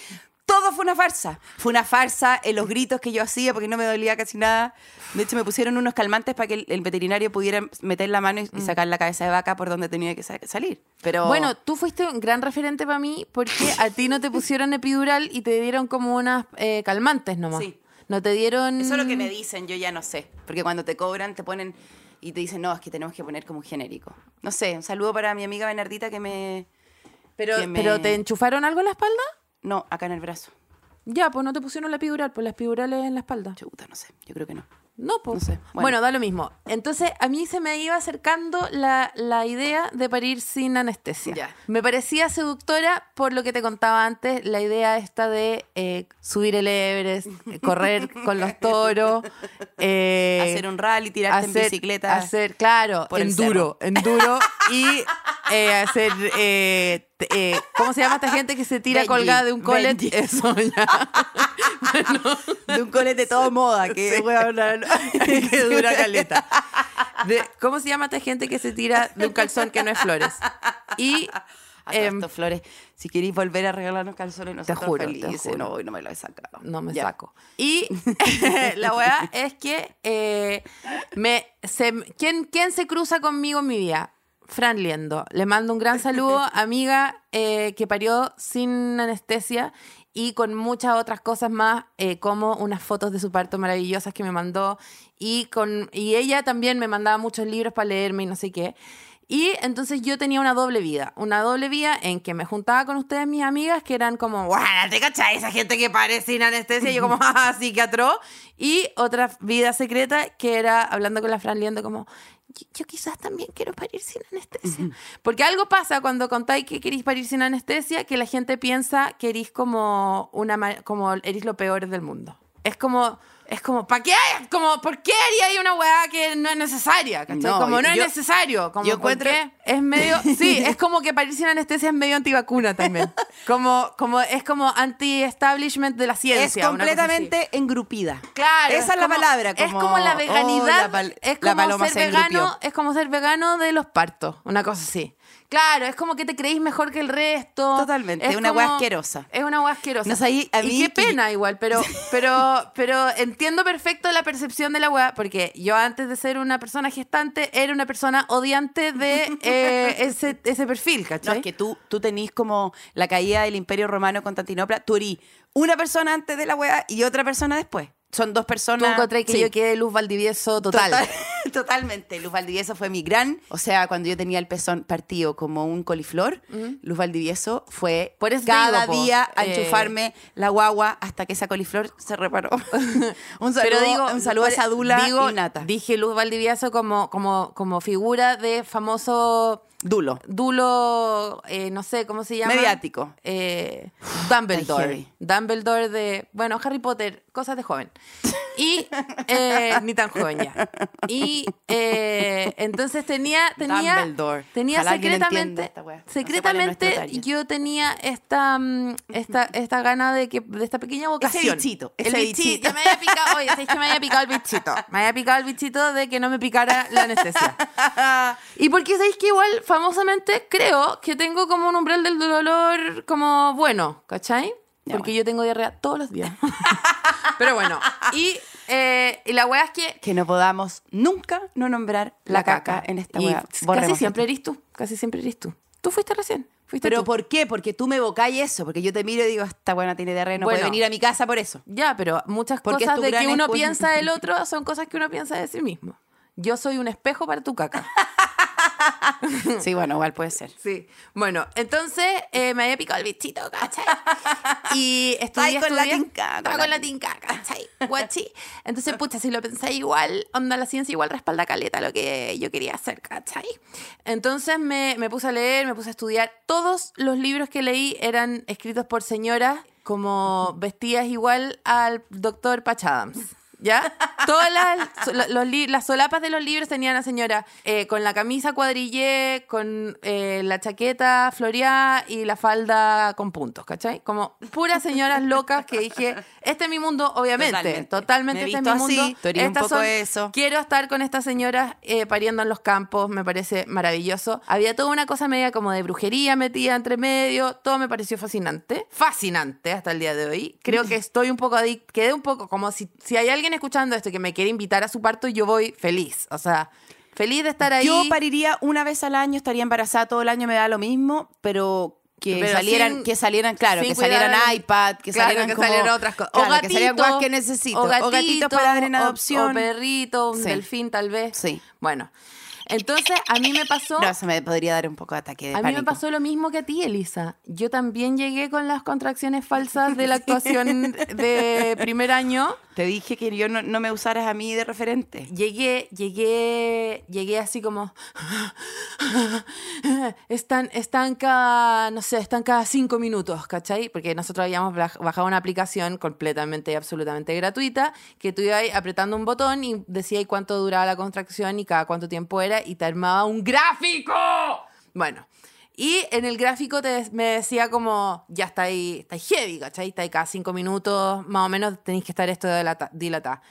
Todo fue una farsa. Fue una farsa en los gritos que yo hacía porque no me dolía casi nada. De hecho, me pusieron unos calmantes para que el, el veterinario pudiera meter la mano y, y sacar la cabeza de vaca por donde tenía que sa- salir. Pero Mm. Bueno, tú fuiste un gran referente para mí porque a ti no te pusieron epidural y te dieron como unas eh, calmantes nomás. Sí. No te dieron... eso es lo que me dicen, yo ya no sé. Porque cuando te cobran, te ponen y te dicen, no, es que tenemos que poner como un genérico. No sé, un saludo para mi amiga Bernardita que me... Pero, que me- ¿Pero te enchufaron algo en la espalda? No, acá en el brazo. Ya, pues no te pusieron la epidural, pues las epidurales en la espalda. Chuta, no sé, yo creo que no. No, pues. No sé, Bueno. bueno. da lo mismo. Entonces, a mí se me iba acercando la, la idea de parir sin anestesia. Ya. Me parecía seductora por lo que te contaba antes, la idea esta de eh, subir el Everest, eh, correr con los *laughs* toros, eh, hacer un rally, tirarte hacer- en bicicleta. Hacer, claro, por el enduro, *laughs* enduro y eh, hacer, eh, t- eh, ¿cómo se llama esta gente que se tira Benji, colgada de un colet? Benji. Eso, ya. *laughs* De un colete de todo moda, que Sí. *laughs* weón, no, no. que dura caleta. De- ¿Cómo se llama esta gente que se tira de un calzón que no es flores? Y A todas em, estas flores, si queréis volver a regalarnos calzones, nosotros juro, te felices. juro. No, hoy no me lo he sacado. no me Ya. saco. *laughs* Y la weá es que eh, me, se, ¿quién, ¿quién se cruza conmigo en mi vida? Fran Liendo. Le mando un gran *laughs* saludo, amiga eh, que parió sin anestesia y con muchas otras cosas más, eh, como unas fotos de su parto maravillosas que me mandó y, con, y ella también me mandaba muchos libros para leerme y no sé qué. Y entonces yo tenía una doble vida, una doble vida en que me juntaba con ustedes, mis amigas, que eran como, guau, ¿te cachai? Esa gente que parece sin anestesia, yo como, *laughs* ah, sí, que atroz. Y otra vida secreta que era hablando con la Fran Liendo como, yo, yo quizás también quiero parir sin anestesia. Porque algo pasa cuando contáis que queréis parir sin anestesia, que la gente piensa que erís como, una, ma- como erís lo peor del mundo. Es como... Es como, ¿para qué? hay- Como, ¿Por qué haría ahí una weá que no es necesaria? ¿cachai? No, como no yo- es necesario. Como, yo ¿por encuentro- qué? *laughs* Es medio, sí, es como que parir sin anestesia es medio antivacuna también. Como, como es como anti-establishment de la Es ciencia. una cosa así. completamente engrupida. Claro. Esa es la como- palabra. es como la oh, veganidad. la pal- es la como paloma ser se engrupió. vegano. Es como ser vegano de los partos. Una cosa así. Claro, es como que te creís mejor que el resto. Totalmente, es una como- hueá asquerosa. Es una hueá asquerosa. No sé, ahí a y mí qué que- pena *laughs* igual, pero, pero, pero entiendo perfecto la percepción de la hueá, porque yo antes de ser una persona gestante, era una persona *laughs* odiante de eh, ese, ese perfil, No, ¿cachai? es que tú, tú tenís como la caída del Imperio Romano en Constantinopla. Tú erí una persona antes de la hueá y otra persona después. Son dos personas. Tú encontré que Sí. yo quedé Luz Valdivieso total. Total- *laughs* totalmente. Luz Valdivieso fue mi gran. O sea, cuando yo tenía el pezón partido como un coliflor, Luz Valdivieso fue Por eso te cada digo, po, día a eh, enchufarme la guagua hasta que esa coliflor se *laughs* reparó. un saludo, Pero digo, un saludo a pero esa Dula digo- y Nata. Dije Luz Valdivieso como, como, como figura de famoso Dulo. dulo, eh, no sé cómo se llama. Mediático. Eh, Está Dumbledore. heavy. Dumbledore de, bueno, Harry Potter, cosas de joven. Y eh, ni tan joven ya. Y eh, entonces tenía, tenía, Dumbledore. tenía Ojalá alguien entienda secretamente, esta wea. No sé cuál es secretamente nuestro target. yo tenía esta, mm, esta, esta gana de que de esta pequeña vocación. bichito, El ese bichito. bichito. Me había picado, oye, ¿sabes que me había picado el bichito? Me había picado el bichito de que no me picara *laughs* la anestesia. Y porque sabéis que igual, famosamente, creo que tengo como un umbral del dolor como bueno, ¿cachai? Ya, Porque bueno. yo tengo diarrea todos *laughs* los días. Pero bueno, y, eh, y la weá es que... Que no podamos nunca no nombrar la, caca, en esta Y hueá. Casi Borremos siempre esto. eres tú, casi siempre eres tú. Tú fuiste recién, fuiste ¿Pero tú. por qué? Porque tú me evocáis eso. Porque yo te miro y digo, esta buena tiene diarrea, no Bueno. puede venir a mi casa por *laughs* eso. Ya, pero muchas Porque es cosas tu de que gran uno escu- piensa *laughs* del otro son cosas que uno piensa de sí mismo. Yo soy un espejo para tu caca. Sí, bueno, igual puede ser. Sí. Bueno, entonces eh, me había picado el bichito, ¿cachai? *laughs* Y Estaba estudié, ahí con la estudié- tinca, con Estaba la con la tinca, ¿cachai? Guachi. Entonces, pucha, si lo pensáis igual, onda, la ciencia igual respalda caleta lo que yo quería hacer, ¿cachai? Entonces me, me puse a leer, me puse a estudiar. Todos los libros que leí eran escritos por señoras como vestidas igual al doctor Pachadams. ¿Ya? Todas las, lo- los li- las solapas de los libros tenían a la señora eh, con la camisa cuadrillé, con eh, la chaqueta floreada y la falda con puntos, ¿cachai? Como puras señoras locas que dije, este es mi mundo, obviamente, Totalmente. totalmente, Me he este es mi visto así, mundo. tú eres un Estas poco son- eso. Quiero estar con estas señoras eh, pariendo en los campos, me parece maravilloso. Había toda una cosa media como de brujería metida entre medio, todo me pareció fascinante, fascinante hasta el día de hoy. Creo que estoy un poco adicta, quedé un poco como si, si hay alguien escuchando esto que me quiere invitar a su parto, yo voy feliz, o sea, feliz de estar ahí. Yo pariría una vez al año, estaría embarazada todo el año, me da lo mismo, pero que Pero salieran, sin- que salieran, claro, sin que salieran cuidar al- iPad, que Claro, salieran que como- salieran otras cosas. claro, que salieran guas que necesito, o gatitos para dar en o- adopción. O, perrito, un Sí. delfín tal vez. Sí. Bueno, entonces a mí me pasó... No, se me podría dar un poco de ataque de A mí Eh, pánico. me pasó lo mismo que a ti, Elisa. Yo también llegué con las contracciones falsas de la actuación de primer año Te dije que yo no, no me usaras a mí de referente. Llegué, llegué, llegué así como. Están, están cada, no sé, están cada cinco minutos, ¿cachai? Porque nosotros habíamos baj- bajado una aplicación completamente y absolutamente gratuita que tú ibas apretando un botón y decía ahí cuánto duraba la contracción y cada cuánto tiempo era y te armaba un gráfico. Bueno. Y en el gráfico te, des- me decía como, ya está ahí, está ahí heavy, ¿cachai? Está ahí cada cinco minutos, más o menos tenéis que estar esto dilata- dilatado.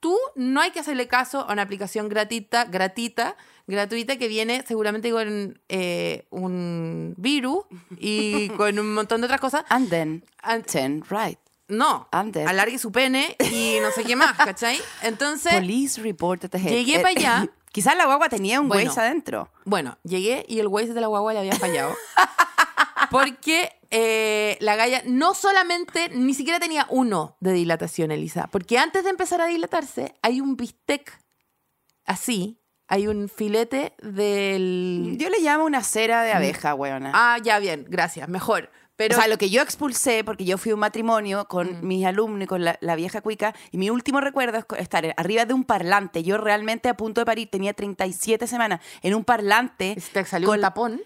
Tú no hay que hacerle caso a una aplicación gratita, gratita, gratuita que viene seguramente con eh, un virus y con un montón de otras cosas. And then, An- ten, right. No, Antes. alargue su pene y no sé qué más, ¿cachai? Entonces, Police report at the head. este Llegué *laughs* pa' allá. Quizás la guagua tenía un Bueno. Waze adentro. Bueno, llegué y el Waze de la guagua le había fallado. *laughs* Porque eh, la galla no solamente, ni siquiera tenía uno de dilatación, Elisa. Porque antes de empezar a dilatarse, hay un bistec así, hay un filete del... Yo le llamo una cera de abeja, weona. Mm. Ah, ya bien, gracias, mejor. Pero Mm. o sea, lo que yo expulsé, porque yo fui a un matrimonio con mis alumnos y con la, la vieja cuica, y mi último recuerdo es co- estar arriba de un parlante. Yo realmente a punto de parir, tenía 37 semanas, en un parlante. te salió con- un tapón.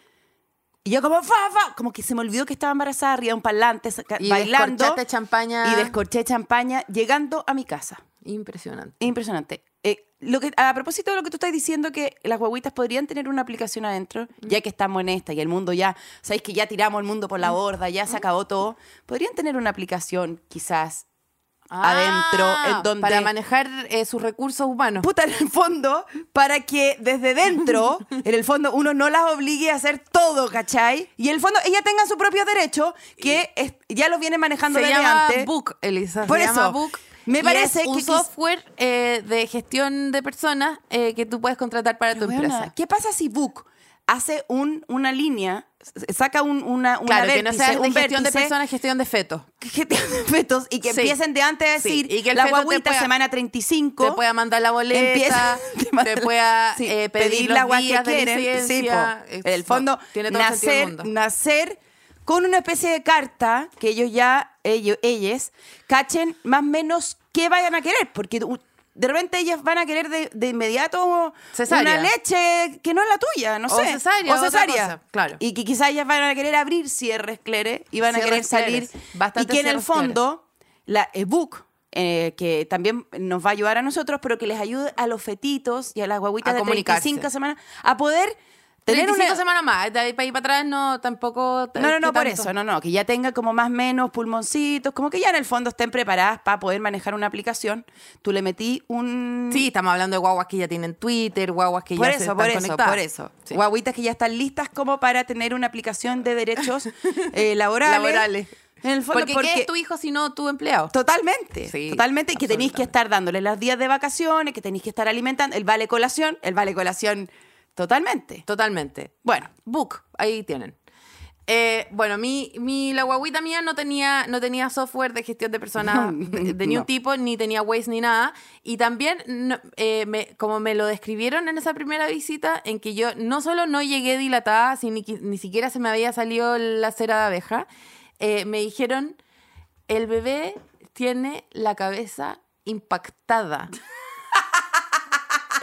Y yo como, fa, fa, como que se me olvidó que estaba embarazada arriba de un parlante, saca- Y bailando. descorchaste champaña. Y descorché champaña, llegando a mi casa. Impresionante. Impresionante. Eh, lo que, a propósito de lo que tú estás diciendo, que las guaguitas podrían tener una aplicación adentro, Mm. ya que estamos en esta y el mundo ya, sabéis que ya tiramos el mundo Mm. por la borda, ya se acabó todo. Podrían tener una aplicación, quizás. Adentro, en donde- Ah, Para manejar eh, sus recursos humanos. Puta, en el fondo, para que desde *laughs* dentro, en el fondo, uno no las obligue a hacer todo, ¿cachai? Y en el fondo, ellas tengan su propio derecho, que es- ya lo vienen manejando Se desde llama antes. Book, Elisa. Por se eso, llama Book. me y parece es un que quis- software eh, de gestión de personas eh, que tú puedes contratar para tu Weona, empresa. ¿Qué pasa si Book hace un, una línea, s- saca un, una, una Claro, que no vértice, sea de un gestión de vértice, personas, gestión de fetos. que tienen *laughs* fetos y que Sí. empiecen de antes a Sí, decir y que el la feto te guaguita pueda- semana 35 Te pueda mandar la boleta, empieza- *laughs* te, manda- pueda sí, eh, pedir, los la guagua días que de quieren sí, licencia. po. Eh, en el no, fondo tiene todo el sentido del nacer mundo. nacer con una especie de carta que ellos ya ellos ellas cachen más o menos qué vayan a querer porque u- de repente ellas van a querer de, de inmediato Cesárea. una leche que no es la tuya, no O sé. cesárea, o otra cesárea. cosa, claro. Y que quizás ellas van a querer abrir cierres cleres y van a querer Cierres salir. cleres, bastante y que en el cierres cleres. fondo la ebook eh, que también nos va a ayudar a nosotros, pero que les ayude a los fetitos y a las guaguitas A de comunicarse. 35 semanas a poder tener 35 una... semanas más, de ahí para, ahí para atrás no, tampoco... No, no, no, por tanto. eso, no, no, que ya tenga como más menos pulmoncitos, como que ya en el fondo estén preparadas para poder manejar una aplicación. Tú le metí un... Sí, estamos hablando de guaguas que ya tienen Twitter, guaguas que por ya eso, se están por eso, conectadas. por eso. Sí. Guaguitas que ya están listas como para tener una aplicación de *laughs* derechos eh, laborales. Laborales. En el fondo, Porque, ¿qué es tu hijo si no tu empleado? Totalmente, Sí, totalmente, y que tenéis que absolutamente. estar dándole los días de vacaciones, que tenéis que estar alimentando, el vale colación, el vale colación, totalmente. Totalmente. Bueno, Book, ahí tienen. Eh, bueno, mi, mi, la guaguita mía no tenía, no tenía software de gestión de *laughs* personas de, de No. ningún tipo, ni tenía Waze ni nada. Y también, no- eh, me- como me lo describieron en esa primera visita, en que yo no solo no llegué dilatada, si ni, qui- ni siquiera se me había salido la cera de abeja, eh, me dijeron, el bebé tiene la cabeza impactada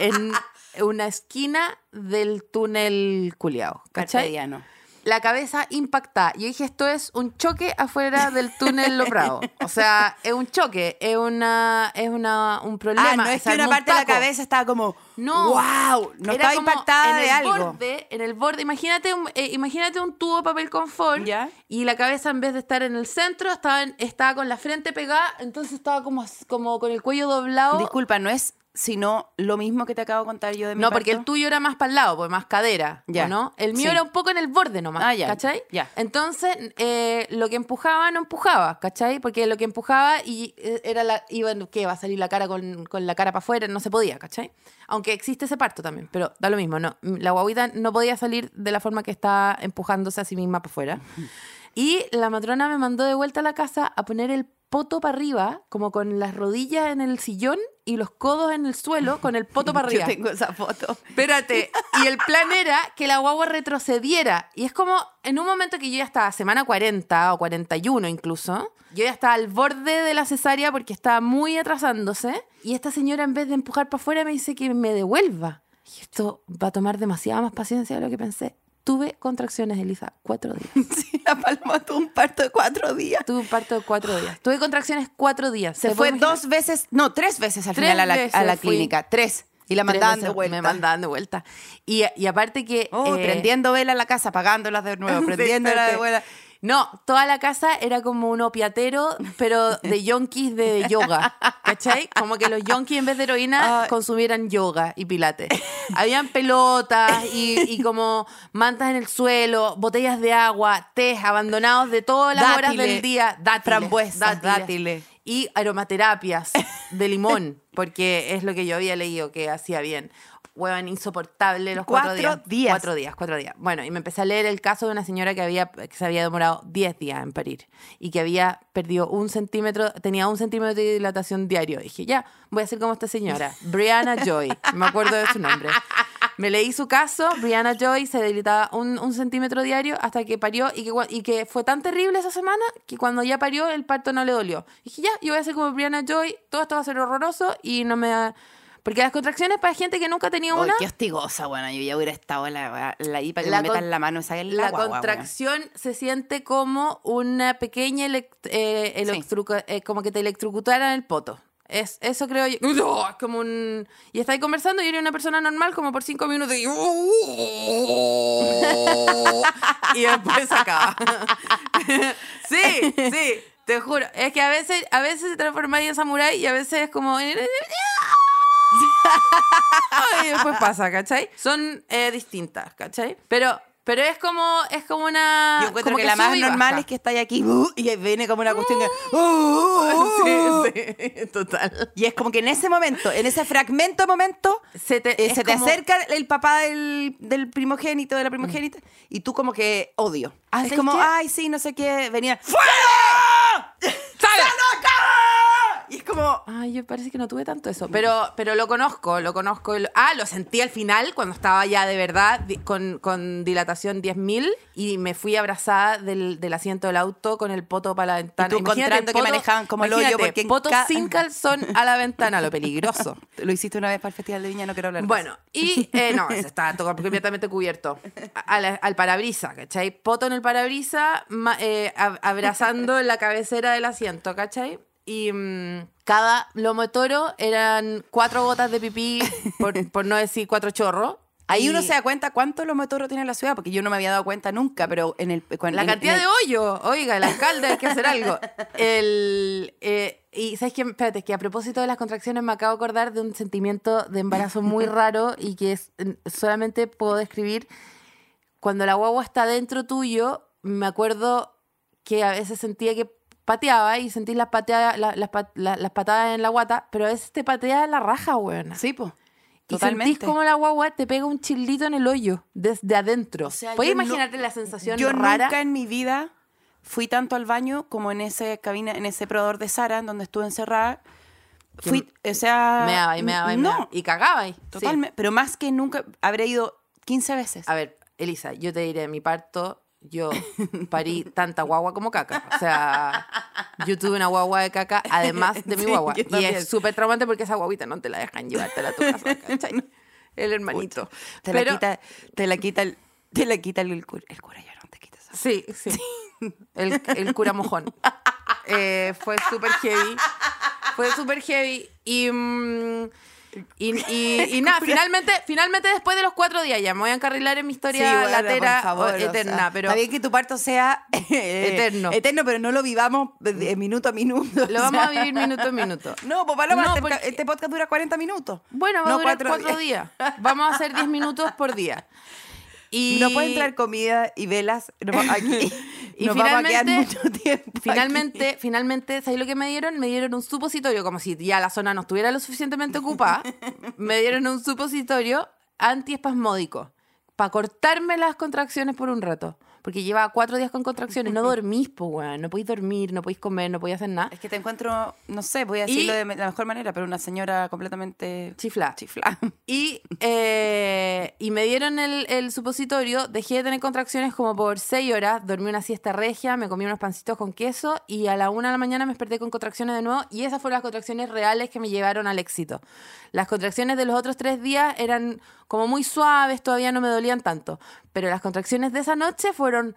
en una esquina del túnel culiao, ¿cachai? cartesiano. la cabeza impactada. Yo dije, esto es un choque afuera del túnel Lo Bravo. O sea, es un choque, es una es una un problema. Ah, no es se que una armó un parte de la taco. cabeza estaba como, No. wow, no Era estaba como impactada en de el algo. Borde, en el borde, imagínate un, eh, imagínate un tubo de papel confort Ya. y la cabeza en vez de estar en el centro estaba, en- estaba con la frente pegada, entonces estaba como, as- como con el cuello doblado. Disculpa, no es sino lo mismo que te acabo de contar yo de mi no, porque el parto? tuyo era más para el lado, pues más cadera, ¿o Ya. ¿no? El mío Sí. era un poco en el borde nomás, Ah, ya. ¿cachai? Ya. Entonces, eh, lo que empujaba no empujaba, ¿cachai? Porque lo que empujaba y eh, era la, iba, ¿qué? Va a salir la cara con, con la cara para afuera, no se podía, ¿cachai? Aunque existe ese parto también, pero da lo mismo, no. La guaguita no podía salir de la forma que estaba empujándose a sí misma *laughs* para afuera. Y la matrona me mandó de vuelta a la casa a poner el poto para arriba, como con las rodillas en el sillón y los codos en el suelo con el poto para arriba. *laughs* Yo tengo esa foto. *laughs* Espérate. Y el plan era que la guagua retrocediera. Y es como en un momento que yo ya estaba, semana 40 o 41 incluso, yo ya estaba al borde de la cesárea porque estaba muy atrasándose. Y esta señora, en vez de empujar para afuera, me dice que me devuelva. Y esto va a tomar demasiada más paciencia de lo que pensé. Tuve contracciones, Elisa, *laughs* cuatro días. Sí, la palma tuvo un parto de cuatro días. Tuve un parto de cuatro días. Tuve contracciones cuatro días. Se ¿Te fue puedes imaginar? dos veces, no, tres veces al Tres final a la, a veces la fui. clínica. Tres. Y la Tres mandaban de veces vuelta. Me mandaban de vuelta. Y, y aparte que... Oh, eh, prendiendo vela en la casa, apagándolas de nuevo, *laughs* Sí, prendiéndola de espérate. vuelta. No, toda la casa era como un opiatero, pero de yonkis de yoga. ¿Cachai? Como que los yonkis en vez de heroína Ah. consumieran yoga y pilates. Habían pelotas y, y como mantas en el suelo, botellas de agua, tés abandonados de todas las horas Dátiles, del día, dátiles, frambuesas, dátiles. Y aromaterapias de limón, porque es lo que yo había leído que hacía bien. Huevan insoportable los cuatro, Cuatro días. días. Cuatro días, cuatro días. Bueno, y me empecé a leer el caso de una señora que, había, que se había demorado 10 días en parir y que había perdido un centímetro, tenía un centímetro de dilatación diario. Y dije, ya, voy a ser como esta señora, Brianna Joy, me acuerdo de su nombre. Me leí su caso, Brianna Joy se debilitaba un, un centímetro diario hasta que parió y que, cua- y que fue tan terrible esa semana que cuando ya parió el parto no le dolió. Y dije, ya, yo voy a ser como Brianna Joy, todo esto va a ser horroroso y no me... da- Porque las contracciones para gente que nunca ha tenido Uy, una... qué hostigosa, bueno, yo ya hubiera estado la, la, ahí para que La me con- metan la mano esa en la, La guagua, contracción se siente como una pequeña elect- eh, electruca- eh, como que te electrocutaran el poto. Es, eso creo yo. ¡No! Es como un. Y estáis conversando y eres una persona normal como por cinco minutos y. *laughs* y después se acaba. sí, sí, te juro. Es que a veces, a veces se transformáis en samurái y a veces es como. *laughs* y después pasa, ¿cachai? Son eh, distintas, ¿cachai? Pero, pero es como, es como una. weón. Yo encuentro como que, la más sube y baja. normal es que *laughs* estáis aquí uh, y viene como una cuestión *laughs* de. uh, uh, uh, uh. Sí, sí, total. Y es como que en ese momento, en ese fragmento de momento, Se te, eh, es se te como- acerca el papá del, del primogénito, de la primogénita, y tú como que odio. Ah, es ¿sabes como, qué? ay, sí, no sé qué, venía. ¡Sala! Y es como, Ay, yo parece que no tuve tanto eso. Pero, pero lo conozco, lo conozco. y lo- ah, lo sentí al final cuando estaba ya de verdad di- con, con dilatación 10.000 y me fui abrazada del, del asiento del auto con el poto para la ventana. tú encontrando que manejaban como el hoyo, imagínate, porque en poto ca- *laughs* sin calzón a la ventana, lo peligroso. lo hiciste una vez para el Festival de Viña, no quiero hablar. de Bueno, *laughs* y eh, no, eso está todo completamente cubierto. A- a la- al parabrisa, ¿cachai? Poto en el parabrisa, ma- eh, ab- abrazando la cabecera del asiento, ¿cachai? Y mm, cada lomo de toro eran cuatro gotas de pipí, por, por no decir cuatro chorros. Ahí Y uno se da cuenta cuánto lomo toro tiene la ciudad, porque yo no me había dado cuenta nunca, pero en el... cuando- La en- cantidad en de el- hoyo. Oiga, el alcalde hay que hacer *laughs* algo. El, eh, y sabes que, espérate, que a propósito de las contracciones me acabo de acordar de un sentimiento de *laughs* embarazo muy raro y que es, mm, solamente puedo describir cuando la guagua está dentro tuyo. Me acuerdo que a veces sentía que pateaba y sentís las, pateadas la- las, pat- la- las patadas en la guata, pero a veces te patea en la raja, weona. Sí, pues. Y sentís Totalmente. como la guagua te pega un chilito en el hoyo desde adentro. O sea, ¿Puedes yo no- imaginarte la sensación Yo rara? nunca en mi vida fui tanto al baño como en ese cabina, en ese proveedor de Sara, en donde estuve encerrada. Fui, o sea... Meaba y meaba y No, meaba. Y cagaba y. totalmente. Pero más que nunca, habré ido 15 veces. A ver, Elisa, yo te diré, mi parto, yo *laughs* parí tanta guagua como caca. O sea, yo tuve una guagua de caca además de *laughs* mi Sí, guagua. yo Y también. es súper traumante porque esa guaguita no te la dejan llevártela a *laughs* tu casa, ¿cachai? El hermanito. Te Pero- la quita, te la quita el... Te la quita el, cura. El cura ya no te quita esa- Sí, sí. El, el cura mojón. Eh, fue súper heavy. Fue súper heavy. Y, mm, y, y- *laughs* y nada, finalmente, finalmente después de los cuatro días ya me voy a encarrilar en mi historia Sí, bueno, latera por favor, o- o eh, sea, eterna. pero Está bien que tu parto sea eh, Eterno. Eterno, pero no lo vivamos de- de minuto a minuto. *laughs* o lo sea. vamos a vivir minuto a minuto. *laughs* No, pues Paloma, No, este, porque- este podcast dura 40 minutos. Bueno, va no a durar cuatro, días. Vamos a hacer diez minutos por día. Y No puede entrar comida y velas no, va- *laughs* aquí. Y Nos vamos a quedar finalmente- mucho tiempo. aquí. Finalmente, finalmente, ¿sabes lo que me dieron? Me dieron un supositorio, como si ya la zona no estuviera lo suficientemente ocupada. me dieron un supositorio antiespasmódico para cortarme las contracciones por un rato. Porque lleva cuatro días con contracciones. No dormís, po, weón. No podéis dormir, no podéis comer, no podéis hacer nada. Es que te encuentro, no sé, voy a Y- decirlo de me- la mejor manera, pero una señora completamente Chifla. chifla. Y, eh, y me dieron el, el supositorio, dejé de tener contracciones como por seis horas, dormí una siesta regia, me comí unos pancitos con queso y a la una de la mañana me desperté con contracciones de nuevo y esas fueron las contracciones reales que me llevaron al éxito. Las contracciones de los otros tres días eran como muy suaves, todavía no me dolían tanto, pero las contracciones de esa noche fueron...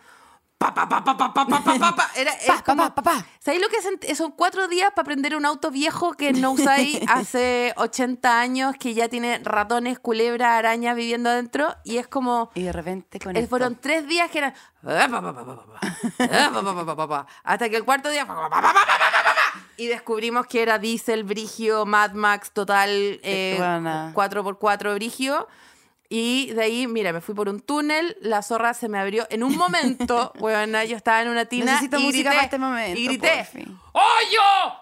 Pa, pa, pa, pa, pa, pa, pa, pa, pa, pa. Era, es Pa, pa, como- pa, pa, pa. ¿Sabéis lo que sent- son cuatro días para prender un auto viejo que *laughs* no usáis hace 80 años, que ya tiene ratones, culebras, arañas viviendo adentro? Y es como. Y de repente con eh, fueron tres días que eran. "Ah, Hasta que el cuarto día. Y descubrimos que era Diesel, Brigio, Mad Max, total eh, Tetuana. 4x4 Brigio. Y de ahí, mira, me fui por un túnel, la zorra se me abrió. En un *laughs* momento, weona, yo estaba en una tina Necesito y música grité, para este momento, y grité, por fin. ¡Hoyo!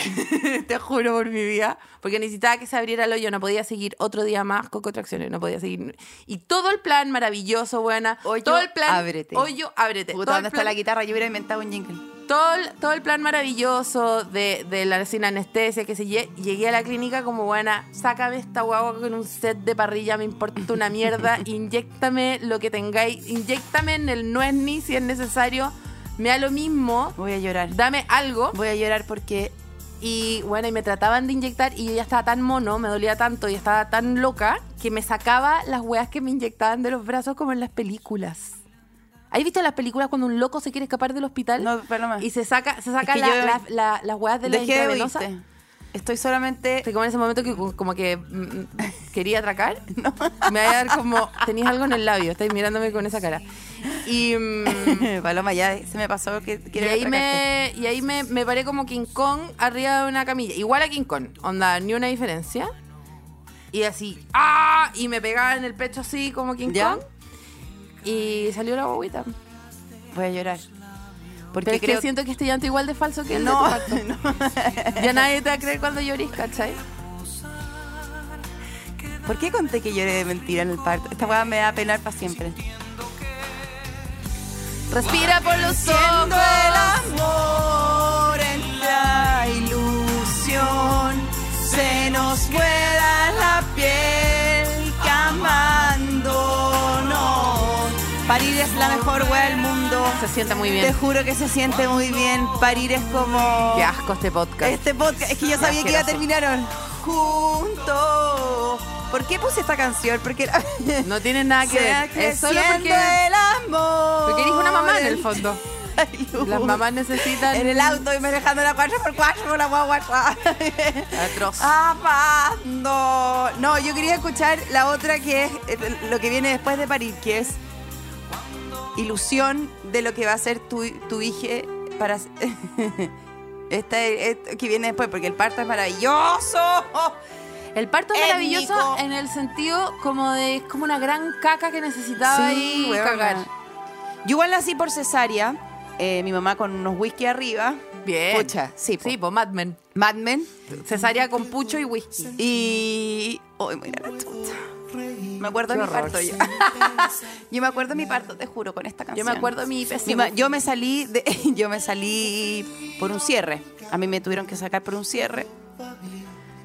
¡Ábrete! Te juro por mi vida. Porque necesitaba que se abriera el hoyo, no podía seguir otro día más con contracciones, no podía seguir. Y todo el plan maravilloso, buena. Hoyo, todo el plan. ábrete. Hoyo, ábrete. Puta, todo, ¿dónde el está la plan, guitarra? Yo hubiera inventado un jingle. todo, el, todo el plan maravilloso de, de la sin anestesia, que se lle- llegué a la clínica como buena, sácame esta guagua con un set de parrilla, me importa una mierda, inyectame lo que tengáis, inyectame en el no es ni si es necesario, me da lo mismo, Voy a llorar. dame algo. Voy a llorar porque Y bueno, y me trataban de inyectar y yo ya estaba tan mono, me dolía tanto y estaba tan loca que me sacaba las weas que me inyectaban de los brazos como en las películas. ¿Has visto las películas cuando un loco se quiere escapar del hospital? No, Paloma. Y se saca, se saca Ah. Es que la- yo- la- la- las weas de la dejé de intravenosa. oírte. Estoy solamente... *laughs* Te como en ese momento que cu- como que mm, mm, quería atracar. Me va a dar como, tenías algo en el labio, estáis mirándome con esa cara. Y... *laughs* mm, Paloma, ya se me pasó que Y quiero ahí, me, y ahí me, me paré como King Kong arriba de una camilla. Igual a King Kong. Onda, ni una diferencia. Y así, ¡ah! Y me pegaba en el pecho así como King ¿Ya? Kong. Y salió la bobita. Voy a llorar. Porque Pero es que creo siento que este llanto igual de falso que el de No, tu *laughs* parto. Ya nadie te va a creer cuando llorís, ¿cachai? ¿Por qué conté que lloré de mentira en el parto? Esta weá me va a penar para siempre. Respira por los Siendo ojos. el amor en la ilusión, se nos queda la piel camándonos. Parir es la mejor weá del mundo. Se sienta muy Te bien. juro que se siente muy bien. Parir es como. Qué asco este podcast. Este podcast, es que yo sabía que iba a asqueroso. terminar hoy. juntos. ¿Por qué puse esta canción? Porque *laughs* era- No tiene nada que Sea ver. Es solo creciendo porque, el amor. porque eres una mamá *laughs* en el fondo. Ay, Las uh, mamás necesitan... En el auto y manejando la 4x4 con la guagua. Atroz. Ah, Amando. No, yo quería escuchar la otra que es eh, lo que viene después de París, que es ilusión de lo que va a ser tu, tu hija para. *laughs* Esta es- es- que viene después, porque el parto es maravilloso. El parto es Étnico. maravilloso en el sentido como de es como una gran caca que necesitaba ahí weona. cagar. Yo igual nací por cesárea. eh, mi mamá con unos whisky arriba. Bien. Pucha, sí, po. Sí, pues Mad Men. Mad Men. Cesárea con pucho y whisky. Y. ¡Uy, mira la chucha. Me acuerdo Qué de mi horror. parto yo. *laughs* yo me acuerdo de mi parto, te juro, con esta Yo canción. me acuerdo de mi Mi pésimo. ma- yo me salí de- *laughs* yo me salí por un cierre. A mí me tuvieron que sacar por un cierre.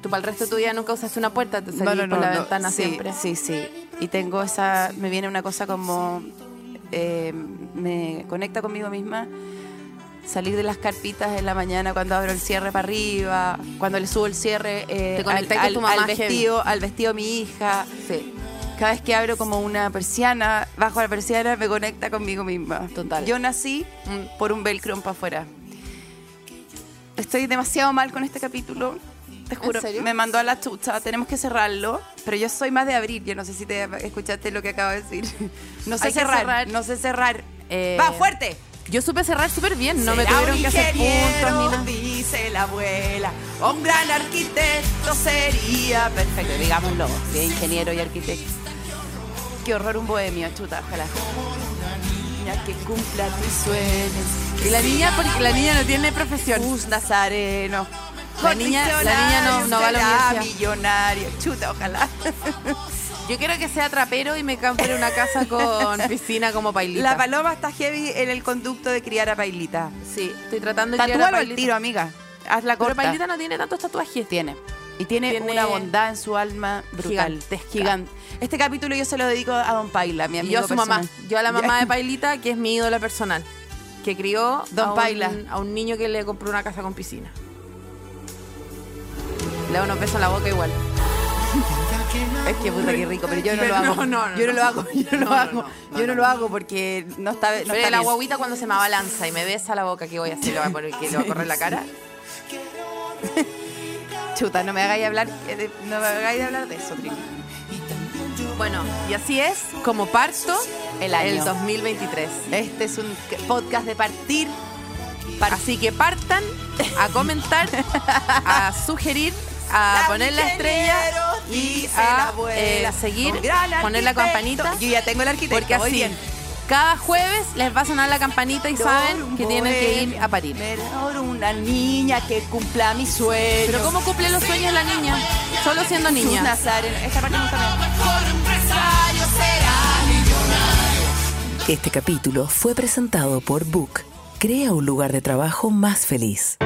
Tú para el resto de tu vida nunca usaste una puerta, te salís por la ventana sí, siempre. Sí, sí. Y tengo esa. Me viene una cosa como. eh, me conecta conmigo misma. Salir de las carpitas en la mañana cuando abro el cierre para arriba, cuando le subo el cierre eh, Te al, conectas con al- tu mamá al vestido, al vestido de mi hija. Sí. Cada vez que abro como una persiana, bajo la persiana, me conecta conmigo misma. Total. Yo nací Mm. por un velcro para afuera. Estoy demasiado mal con este capítulo. Te juro, serio? me mandó a la chucha, tenemos que cerrarlo, pero yo soy más de abrir, yo no sé si te escuchaste lo que acabo de *laughs* decir. No sé Hay que cerrar, cerrar. no sé cerrar. Eh, Va fuerte. Yo supe cerrar súper bien, no me Será tuvieron un que hacer puntos ingeniero, ni nada. dice la abuela. O un gran arquitecto sería perfecto, digámoslo, de ingeniero y arquitecto. Qué horror un bohemio, chuta, ojalá. Niña que cumpla tus sueños. Y la niña, porque la niña no tiene profesión. Jesús Nazareno. La niña- la niña no- no va a la Será universidad. millonario. Chuta, ojalá. Yo quiero que sea trapero y me compre una *laughs* casa con piscina como pailita. La paloma está heavy en el conducto de criar a Pailita. Sí, estoy tratando de criar a Tatúalo al Pailita. tiro, amiga. Hazla Pero corta. Pailita no tiene tantos tatuajes. Tiene. Y tiene, Tiene- una bondad en su alma brutal. Gigantesca. Gigante. Este capítulo yo se lo dedico a Don Paila, mi Y amigo yo a su mamá. personal. Yo a la Ya. mamá de Pailita, que es mi ídola personal. Que crió Don a, un, Paila. a un niño que le compró una casa con piscina. Le da unos besos en la boca igual. Es que puta que rico, pero yo no Pero lo hago. *laughs* no, no, no, yo no, no. lo hago, yo no, No, lo no, hago. no, yo no, no, lo hago porque no está, no Pero está la bien. guaguita cuando se me abalanza y me besa la boca, ¿qué voy a hacer? ¿Le va a, poner- que le va *laughs* a correr la cara? Chuta, no me hagáis hablar, eh, de- no me hagáis hablar de eso, Trini. Bueno, y así es como parto El año. 2023. Este es un podcast de partir. Así que partan a comentar, a sugerir, a poner la estrella y a eh, seguir, poner la campanita. Yo ya tengo el arquitecto. Porque voy así, bien. cada jueves les va a sonar la campanita y saben que tienen que ir a parir. Mejor una niña que cumpla mi sueño. Pero ¿cómo cumple los sueños la niña? Solo siendo Sus niña. Nazareno. Esta parte nunca me- Este capítulo fue presentado por Book. Crea un lugar de trabajo más feliz.